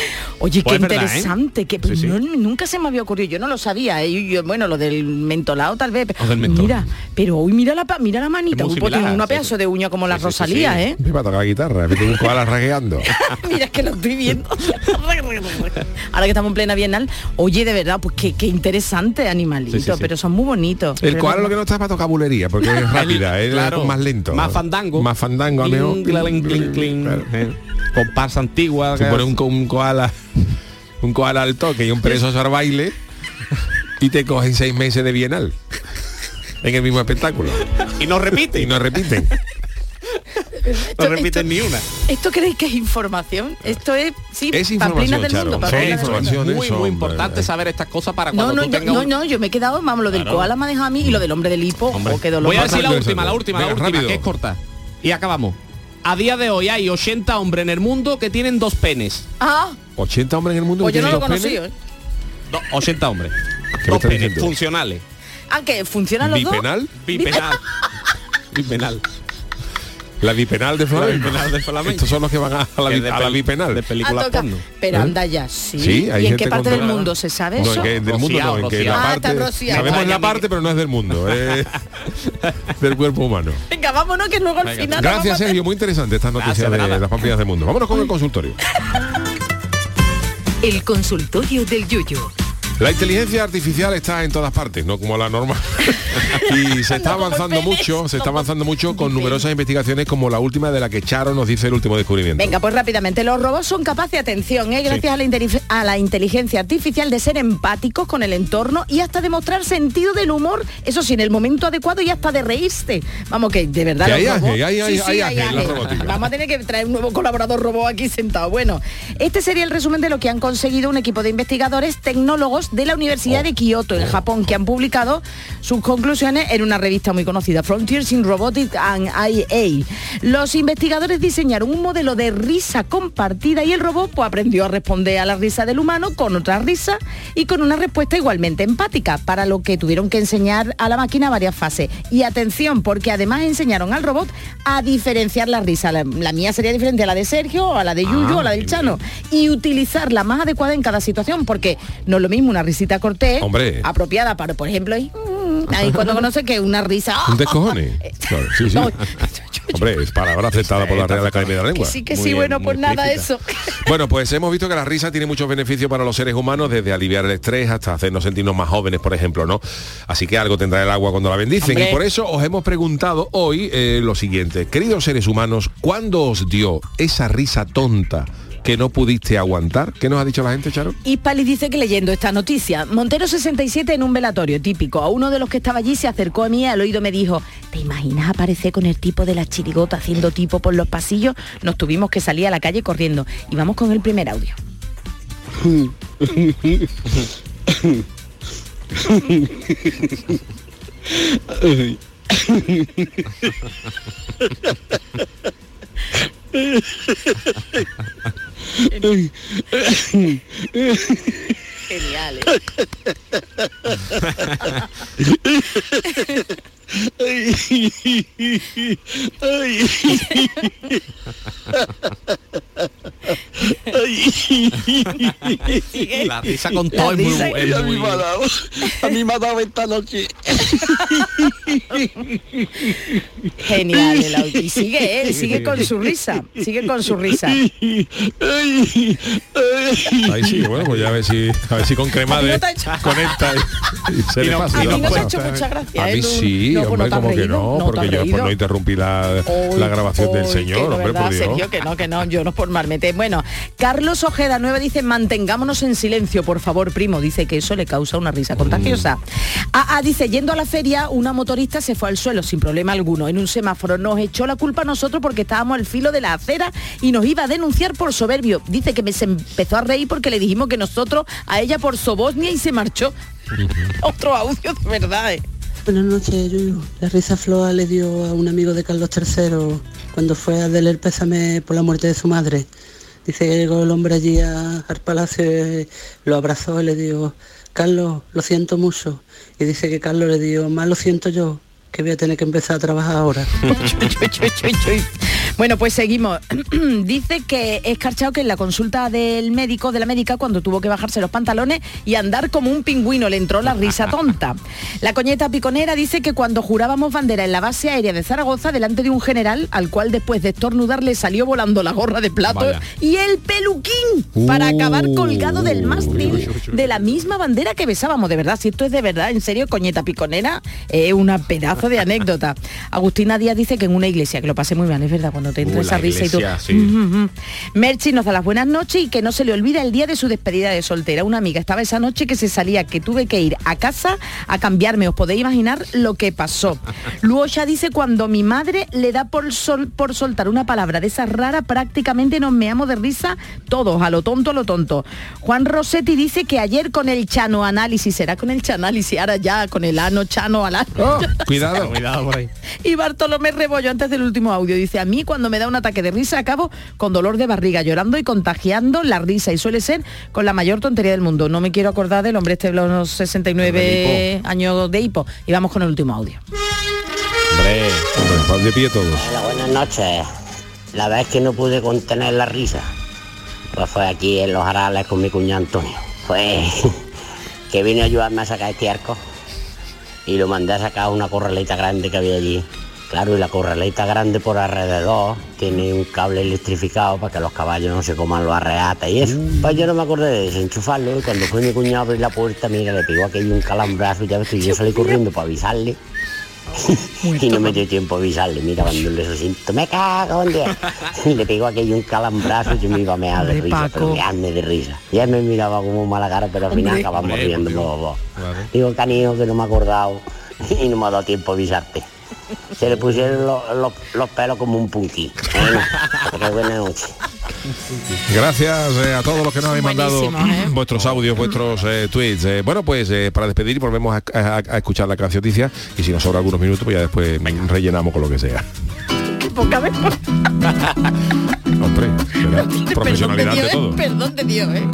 Speaker 6: Oye,
Speaker 7: Pues
Speaker 6: qué
Speaker 7: es verdad, ¿eh?
Speaker 6: interesante, que
Speaker 7: Sí, sí.
Speaker 6: no- nunca se me había ocurrido, yo no lo sabía, eh, yo- yo- bueno, lo del mentolado tal vez, pero,
Speaker 1: O del mentol.
Speaker 6: mira, pero hoy mira la, pa- mira la manita,
Speaker 1: Es muy
Speaker 6: un po- tiene
Speaker 1: similar,
Speaker 6: una
Speaker 1: sí,
Speaker 6: pedazo de uña como la Rosalía, ¿eh?
Speaker 1: Me va a tocar la guitarra, me tengo un koala
Speaker 7: *laughs*
Speaker 1: ragueando.
Speaker 6: *laughs* Mira, es que lo estoy viendo. Ahora que estamos en plena bienal, oye, de verdad, pues qué, qué interesante animalito,
Speaker 1: Sí, sí, sí.
Speaker 6: pero son muy bonitos.
Speaker 1: El
Speaker 6: Pero
Speaker 1: koala
Speaker 6: no-
Speaker 1: lo que no está es para tocar bulería, porque
Speaker 7: *laughs*
Speaker 1: es rápida, es
Speaker 7: Claro.
Speaker 1: más lento.
Speaker 7: Más fandango.
Speaker 1: Más fandango,
Speaker 7: Cling,
Speaker 1: amigo.
Speaker 7: clang, cling, cling. Eh. Comparsa antigua.
Speaker 1: Se pone un, co- un koala, *laughs* un koala al toque y un preso al baile y te cogen seis meses de bienal. En el mismo espectáculo.
Speaker 7: Y no repiten.
Speaker 1: *laughs* Y
Speaker 7: *laughs*
Speaker 1: no repiten.
Speaker 6: Esto- esto-
Speaker 1: *laughs*
Speaker 7: ni una.
Speaker 6: ¿Esto creéis que es información? Esto es, sí,
Speaker 7: Es
Speaker 6: pamplinas
Speaker 7: información,
Speaker 6: del
Speaker 7: Charo.
Speaker 6: mundo.
Speaker 7: Son
Speaker 6: pamplinas del mundo.
Speaker 7: información, Muy, eso, muy hombre. importante saber estas cosas para
Speaker 6: No,
Speaker 7: cuando
Speaker 6: no,
Speaker 7: tú
Speaker 6: yo,
Speaker 7: tengas
Speaker 6: no,
Speaker 7: un-
Speaker 6: no, yo me he quedado, vamos, lo del
Speaker 7: Claro.
Speaker 6: koala me ha dejado a mí y lo del hombre del hipo, o qué dolor.
Speaker 7: Voy a decir la
Speaker 6: Bastante
Speaker 7: última,
Speaker 6: interesante.
Speaker 7: la última, la última, que es corta. Y acabamos. A día de hoy hay 80 hombres en el mundo que tienen dos penes.
Speaker 6: Ah,
Speaker 1: 80 hombres en el mundo.
Speaker 6: pues yo
Speaker 7: tiene
Speaker 6: no lo
Speaker 7: dos
Speaker 6: conocí,
Speaker 7: penes?
Speaker 6: ¿eh?
Speaker 7: No, 80 hombres.
Speaker 1: me
Speaker 7: Dos
Speaker 1: estás
Speaker 7: penes
Speaker 6: *laughs*
Speaker 1: diciendo?
Speaker 7: funcionales.
Speaker 6: Ah, que funcionan los
Speaker 1: ¿Bipenal?
Speaker 6: dos.
Speaker 1: *laughs*
Speaker 7: Bipenal. Bipenal.
Speaker 1: La bipenal de
Speaker 7: La
Speaker 1: Flamengo.
Speaker 7: bipenal de Flamengo.
Speaker 1: Estos son los que van a la, bi- a la bipenal. De
Speaker 6: Ah, toca. Pero
Speaker 1: ¿Eh?
Speaker 6: anda ya, sí.
Speaker 1: Sí, hay
Speaker 6: ¿Y en
Speaker 1: gente
Speaker 6: qué parte del
Speaker 1: controlada.
Speaker 6: mundo se sabe
Speaker 1: No,
Speaker 6: eso?
Speaker 1: en que del mundo no, en que la
Speaker 6: Ah, está
Speaker 1: parte,
Speaker 6: rociado.
Speaker 1: sabemos
Speaker 6: Vaya,
Speaker 1: la parte, pero no es del
Speaker 6: *laughs*
Speaker 1: mundo, es del cuerpo humano.
Speaker 6: Venga, vámonos que luego al
Speaker 1: Venga.
Speaker 6: final... vamos a-
Speaker 1: Gracias, Sergio. Muy interesante estas noticias
Speaker 7: Gracias, de
Speaker 1: de
Speaker 7: nada.
Speaker 1: las pamplinas del mundo. Vámonos con
Speaker 6: *laughs*
Speaker 1: el consultorio.
Speaker 4: El consultorio del Yuyo.
Speaker 1: La inteligencia artificial está en todas partes, no como
Speaker 6: *laughs*
Speaker 1: la normal. y se está avanzando mucho, se está avanzando mucho con numerosas investigaciones como la última de la que Charo nos dice el último descubrimiento.
Speaker 6: Venga, pues rápidamente, los robots son capaces, atención, ¿eh? gracias
Speaker 1: Sí.
Speaker 6: a, la intelife- a la inteligencia artificial de ser empáticos con el entorno y hasta demostrar sentido del humor, eso sí, en el momento adecuado y hasta de reírse. Vamos que de verdad...
Speaker 1: Que
Speaker 6: los
Speaker 1: hay ángel,
Speaker 6: robots-
Speaker 1: hay- hay-
Speaker 6: Sí, sí,
Speaker 1: hay
Speaker 6: hay
Speaker 1: ángel en la
Speaker 6: ángel.
Speaker 1: robótica.
Speaker 6: Vamos a tener que traer un nuevo colaborador robot aquí sentado. Bueno, este sería el resumen de lo que han conseguido un equipo de investigadores tecnólogos de la Universidad de Kioto,
Speaker 1: Oh.
Speaker 6: en Japón, que han publicado sus conclusiones en una revista muy conocida, Frontiers in Robotics and IA. Los investigadores diseñaron un modelo de risa compartida y el robot pues, aprendió a responder a la risa del humano con otra risa y con una respuesta igualmente empática, para lo que tuvieron que enseñar a la máquina varias fases. Y atención, porque además enseñaron al robot a diferenciar la risa. La, la mía sería diferente a la de Sergio, o a la de
Speaker 1: Ah,
Speaker 6: Yuyu, o a la del Chano. Y utilizar la más adecuada en cada situación, porque no es lo mismo una risita cortés,
Speaker 1: Hombre.
Speaker 6: apropiada para, por ejemplo, y, mm, ahí cuando conoce que una risa... ¡ah! *laughs*
Speaker 1: Un descojone. Claro, sí, sí.
Speaker 6: No.
Speaker 1: Hombre, es palabra aceptada por la Real Academia de la
Speaker 6: Que
Speaker 1: Lengua.
Speaker 6: sí, que
Speaker 1: Muy
Speaker 6: sí,
Speaker 1: bien,
Speaker 6: bueno,
Speaker 1: muy
Speaker 6: pues nada,
Speaker 1: explícita.
Speaker 6: eso.
Speaker 1: Bueno, pues hemos visto que la risa tiene muchos beneficios para los seres humanos, desde aliviar el estrés hasta hacernos sentirnos más jóvenes, por ejemplo, ¿no? Así que algo tendrá el agua cuando la bendicen.
Speaker 14: Hombre.
Speaker 1: Y por eso os hemos preguntado hoy eh, lo siguiente. Queridos seres humanos, ¿cuándo os dio esa risa tonta que no pudiste aguantar? ¿Qué nos ha dicho la gente, Charo?
Speaker 6: Y Pali dice que leyendo esta noticia, Montero 67 en un velatorio típico, a uno de los que estaba allí se acercó a mí y al oído me dijo, ¿te imaginas aparecer con el tipo de la chirigota haciendo tipo por los pasillos? Nos tuvimos que salir a la calle corriendo y vamos con el primer audio.
Speaker 5: Genial.
Speaker 7: La risa con todo es muy- es
Speaker 5: a mí
Speaker 7: muy-
Speaker 5: me ha dado, a mí me ha dado esta noche.
Speaker 6: *laughs* Genial, el audio. Y sigue él, sigue con su risa, sigue con su risa.
Speaker 1: Ahí sí, bueno, pues ya a ver si, a ver si con cremade
Speaker 6: no te ha hecho-
Speaker 1: conecta
Speaker 6: *laughs*
Speaker 1: y, y se
Speaker 6: Y
Speaker 1: le
Speaker 6: no-
Speaker 1: pasa.
Speaker 6: a mí
Speaker 1: le
Speaker 6: no te ha
Speaker 1: pasa.
Speaker 6: hecho mucha gracia,
Speaker 1: A
Speaker 6: ¿eh?
Speaker 1: mí
Speaker 6: No,
Speaker 1: sí,
Speaker 6: no, pues no te
Speaker 1: hombre,
Speaker 6: has
Speaker 1: como que
Speaker 6: reído,
Speaker 1: no,
Speaker 6: no te
Speaker 1: porque
Speaker 6: has
Speaker 1: yo después
Speaker 6: reído.
Speaker 1: no interrumpí la, la grabación del
Speaker 6: Uy, que
Speaker 1: señor,
Speaker 6: de
Speaker 1: hombre,
Speaker 6: verdad,
Speaker 1: por Dios.
Speaker 6: Sergio, que no, que no, yo no por marmete. Bueno, Carlos Ojeda Nueva dice, mantengámonos en silencio, por
Speaker 1: Mm.
Speaker 6: favor, primo. Dice que eso le causa una risa contagiosa. AA dice, yendo a la feria, una motorista se se fue al suelo sin problema alguno en un semáforo. Nos echó la culpa a nosotros porque estábamos al filo de la acera y nos iba a denunciar por soberbio. Dice que me se empezó a reír porque le dijimos que nosotros a ella por Sobosnia y se marchó. *laughs* Otro audio de verdad. eh.
Speaker 14: Buenas noches, Yuyu. La risa floa le dio a un amigo de Carlos III cuando fue a darle el pésame por la muerte de su madre. Dice que llegó el hombre allí a- al palacio, eh, lo abrazó y le dijo, Carlos, lo siento mucho. Y dice que Carlos le dijo, más lo siento yo, que voy a tener que empezar a trabajar ahora.
Speaker 6: Bueno, pues seguimos. *clears throat* Dice que es carchado que en la consulta del médico, de la médica, cuando tuvo que bajarse los pantalones y andar como un pingüino, le entró la risa tonta. La coñeta piconera dice que cuando jurábamos bandera en la base aérea de Zaragoza, delante de un general, al cual después de estornudar le salió volando la gorra de plato
Speaker 15: Vaya.
Speaker 6: y el peluquín para acabar colgado del mástil de la misma bandera que besábamos. De verdad, si esto es de verdad, en serio, coñeta piconera, es una pedazo de anécdota. Agustina Díaz dice que en una iglesia, que lo pasé muy mal, es verdad, cuando te entra
Speaker 7: Uh,
Speaker 6: esa
Speaker 7: la
Speaker 6: risa
Speaker 7: iglesia,
Speaker 6: y
Speaker 7: sí.
Speaker 6: tú. Ujú, ujú. Merchi nos da las buenas noches y que no se le olvida el día de su despedida de soltera. Una amiga estaba esa noche que se salía, que tuve que ir a casa a cambiarme. Os podéis imaginar lo que pasó. Luego ya dice cuando mi madre le da por, sol- por soltar una palabra de esa rara, prácticamente nos meamos de risa todos, a lo tonto, a lo tonto. Juan Rossetti dice que ayer con el Chano Análisis, será con el Chanálisis, ahora ya con el Ano Chano Alano.
Speaker 1: Ah, Cuidado.
Speaker 7: Cuidado por ahí.
Speaker 6: Y Bartolomé Rebollo, antes del último audio, dice, a mí cuando me da un ataque de risa acabo con dolor de barriga, llorando y contagiando la risa. Y suele ser con la mayor tontería del mundo. No me quiero acordar del hombre este de los 69 años de hipo. Y vamos con el último audio.
Speaker 1: Hombre, paz de pie todos.
Speaker 16: Hola, buenas noches. La vez que no pude contener la risa, pues fue aquí en Los Arales con mi cuñado Antonio. Fue *laughs* que vino a ayudarme a sacar este arco y lo mandé a sacar una corraleta grande que había allí. Claro, y la corraleta grande por alrededor tiene un cable electrificado para que los caballos no se coman los arreates y eso.
Speaker 17: Mm.
Speaker 16: Pues yo no me acordé de desenchufarlo y cuando fue mi cuñado a abrir la puerta, mira, le pegó aquello un calambrazo, ya ves tú, y yo salí corriendo para
Speaker 17: *laughs*
Speaker 16: avisarle. y no me dio tiempo a avisarle, mira, cuando le sucinto, me
Speaker 17: *laughs*
Speaker 16: cago en Dios. Y le pegó aquello un calambrazo y yo me iba a mear de
Speaker 17: Hombre,
Speaker 16: risa, pero
Speaker 17: Paco.
Speaker 16: grande de risa. Ya me miraba como mala cara, pero al final
Speaker 17: Hombre.
Speaker 16: acabamos
Speaker 17: Hombre,
Speaker 16: riendo
Speaker 17: por
Speaker 16: los dos. Digo, canijo, que no me he acordado *laughs* y no me ha dado tiempo a avisarte. Se le pusieron los, los- los pelos como
Speaker 17: *laughs*
Speaker 16: un punky. Bueno, pero buena noche.
Speaker 1: Gracias eh, a todos los que nos habéis mandado
Speaker 16: Buenísimos, ¿eh?
Speaker 1: vuestros audios, vuestros eh, tweets. Eh, bueno, pues eh, para despedir volvemos a, a- a escuchar la canción noticia y si nos sobra algunos minutos, pues ya después rellenamos con lo que sea.
Speaker 6: Poca
Speaker 1: *laughs*
Speaker 6: vez.
Speaker 1: Hombre, ¿verdad? profesionalidad de todo.
Speaker 6: Perdón de Dios, ¿eh?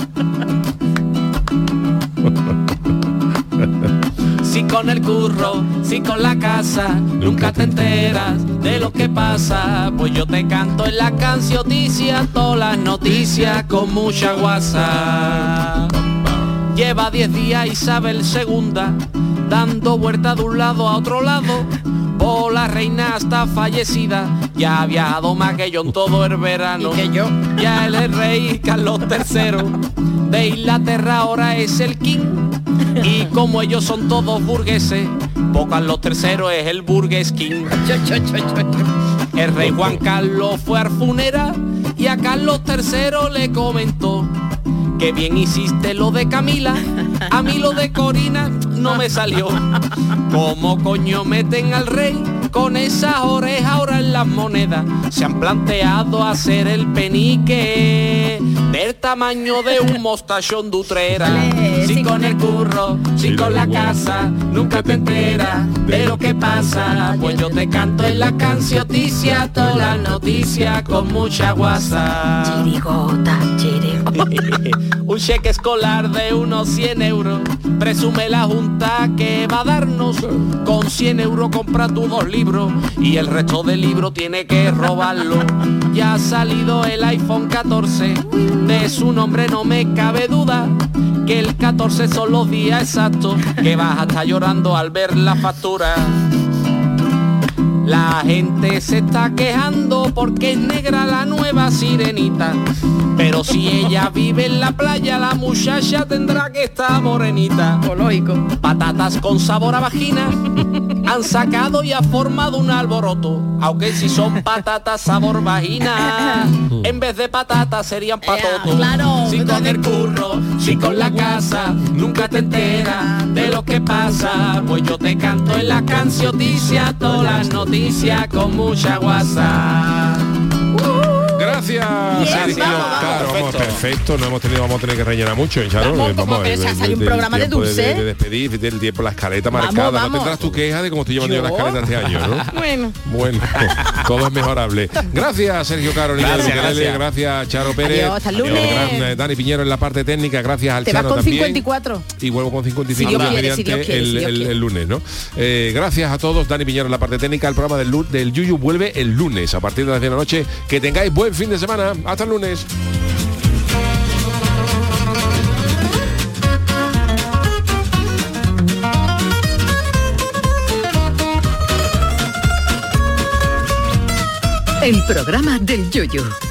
Speaker 8: Si con el curro, si con la casa, nunca te enteras de lo que pasa. Pues yo te canto en la cancioticia, todas las noticias con mucha guasa. Lleva 10 días Isabel segunda, dando vuelta de un lado a otro lado. Por la reina está fallecida, ya ha viajado más que yo en todo el verano. Ya él es rey Carlos III, de Inglaterra ahora es el king. Y como ellos son todos burgueses, Poco Carlos III es el burgués king. El rey Juan Carlos fue al funeral y a Carlos III le comentó que bien hiciste lo de Camila, a mí lo de Corina no me salió. ¿Cómo coño meten al rey con esas orejas ahora en las monedas? Se han planteado hacer el penique del tamaño de un mostachón de Utrera. Si con el curro, si con la casa, nunca te enteras de lo que pasa. Pues yo te canto en la cancioticia, todas las noticias con mucha guasa. *laughs* Un cheque escolar de unos 100 euros Presume la junta que va a darnos Con 100 euros compra tus dos libros Y el resto del libro tiene que robarlo Ya ha salido el iPhone 14 De su nombre no me cabe duda Que el 14 son los días exactos Que vas a estar llorando al ver la factura la gente se está quejando porque es negra la nueva sirenita. Pero si ella vive en la playa, la muchacha tendrá que estar morenita.
Speaker 6: Lógico.
Speaker 8: Patatas con sabor a vagina. han sacado y ha formado un alboroto. Aunque si son patatas sabor vagina, en vez de patatas serían patotos. Si con el curro, si con la casa, nunca te enteras de lo que pasa. Pues yo te canto en la cancioticia, todas las noticias con mucha guasa.
Speaker 1: Gracias, Sergio. Claro, vamos, perfecto. No hemos tenido, vamos a tener que rellenar mucho, ¿eh, Charo.
Speaker 6: Vamos, como- pero si ha salido un programa de
Speaker 1: tiempo
Speaker 6: dulce.
Speaker 1: De, de despedir, del tiempo, la escaleta
Speaker 6: Vamos,
Speaker 1: marcada. No
Speaker 6: vamos.
Speaker 1: tendrás tu queja de cómo estoy llevando yo, las escaletas este año,
Speaker 6: *laughs*
Speaker 1: ¿no?
Speaker 6: Bueno.
Speaker 1: Bueno, *laughs* todo es mejorable. Gracias, Sergio Carolina.
Speaker 7: Gracias,
Speaker 1: Lucarelli,
Speaker 7: gracias.
Speaker 1: gracias, Charo Pérez.
Speaker 6: Adiós, hasta el lunes.
Speaker 1: Gran- eh, Dani Piñero en la parte técnica. Gracias al
Speaker 6: Te vas
Speaker 1: Charo
Speaker 6: con
Speaker 1: también.
Speaker 6: 54.
Speaker 1: Y vuelvo con 55
Speaker 6: Si Dios
Speaker 1: más
Speaker 6: quiere, si
Speaker 1: mediante
Speaker 6: Dios quiere,
Speaker 1: el,
Speaker 6: si Dios
Speaker 1: el-
Speaker 6: quiere.
Speaker 1: el lunes, ¿no? Eh, gracias a todos. Dani Piñero en la parte técnica. El programa del, lu- del Yuyu vuelve el lunes a partir de las 10 de la noche. Que tengáis buen fin de semana. Hasta el lunes.
Speaker 4: El programa del Yoyo.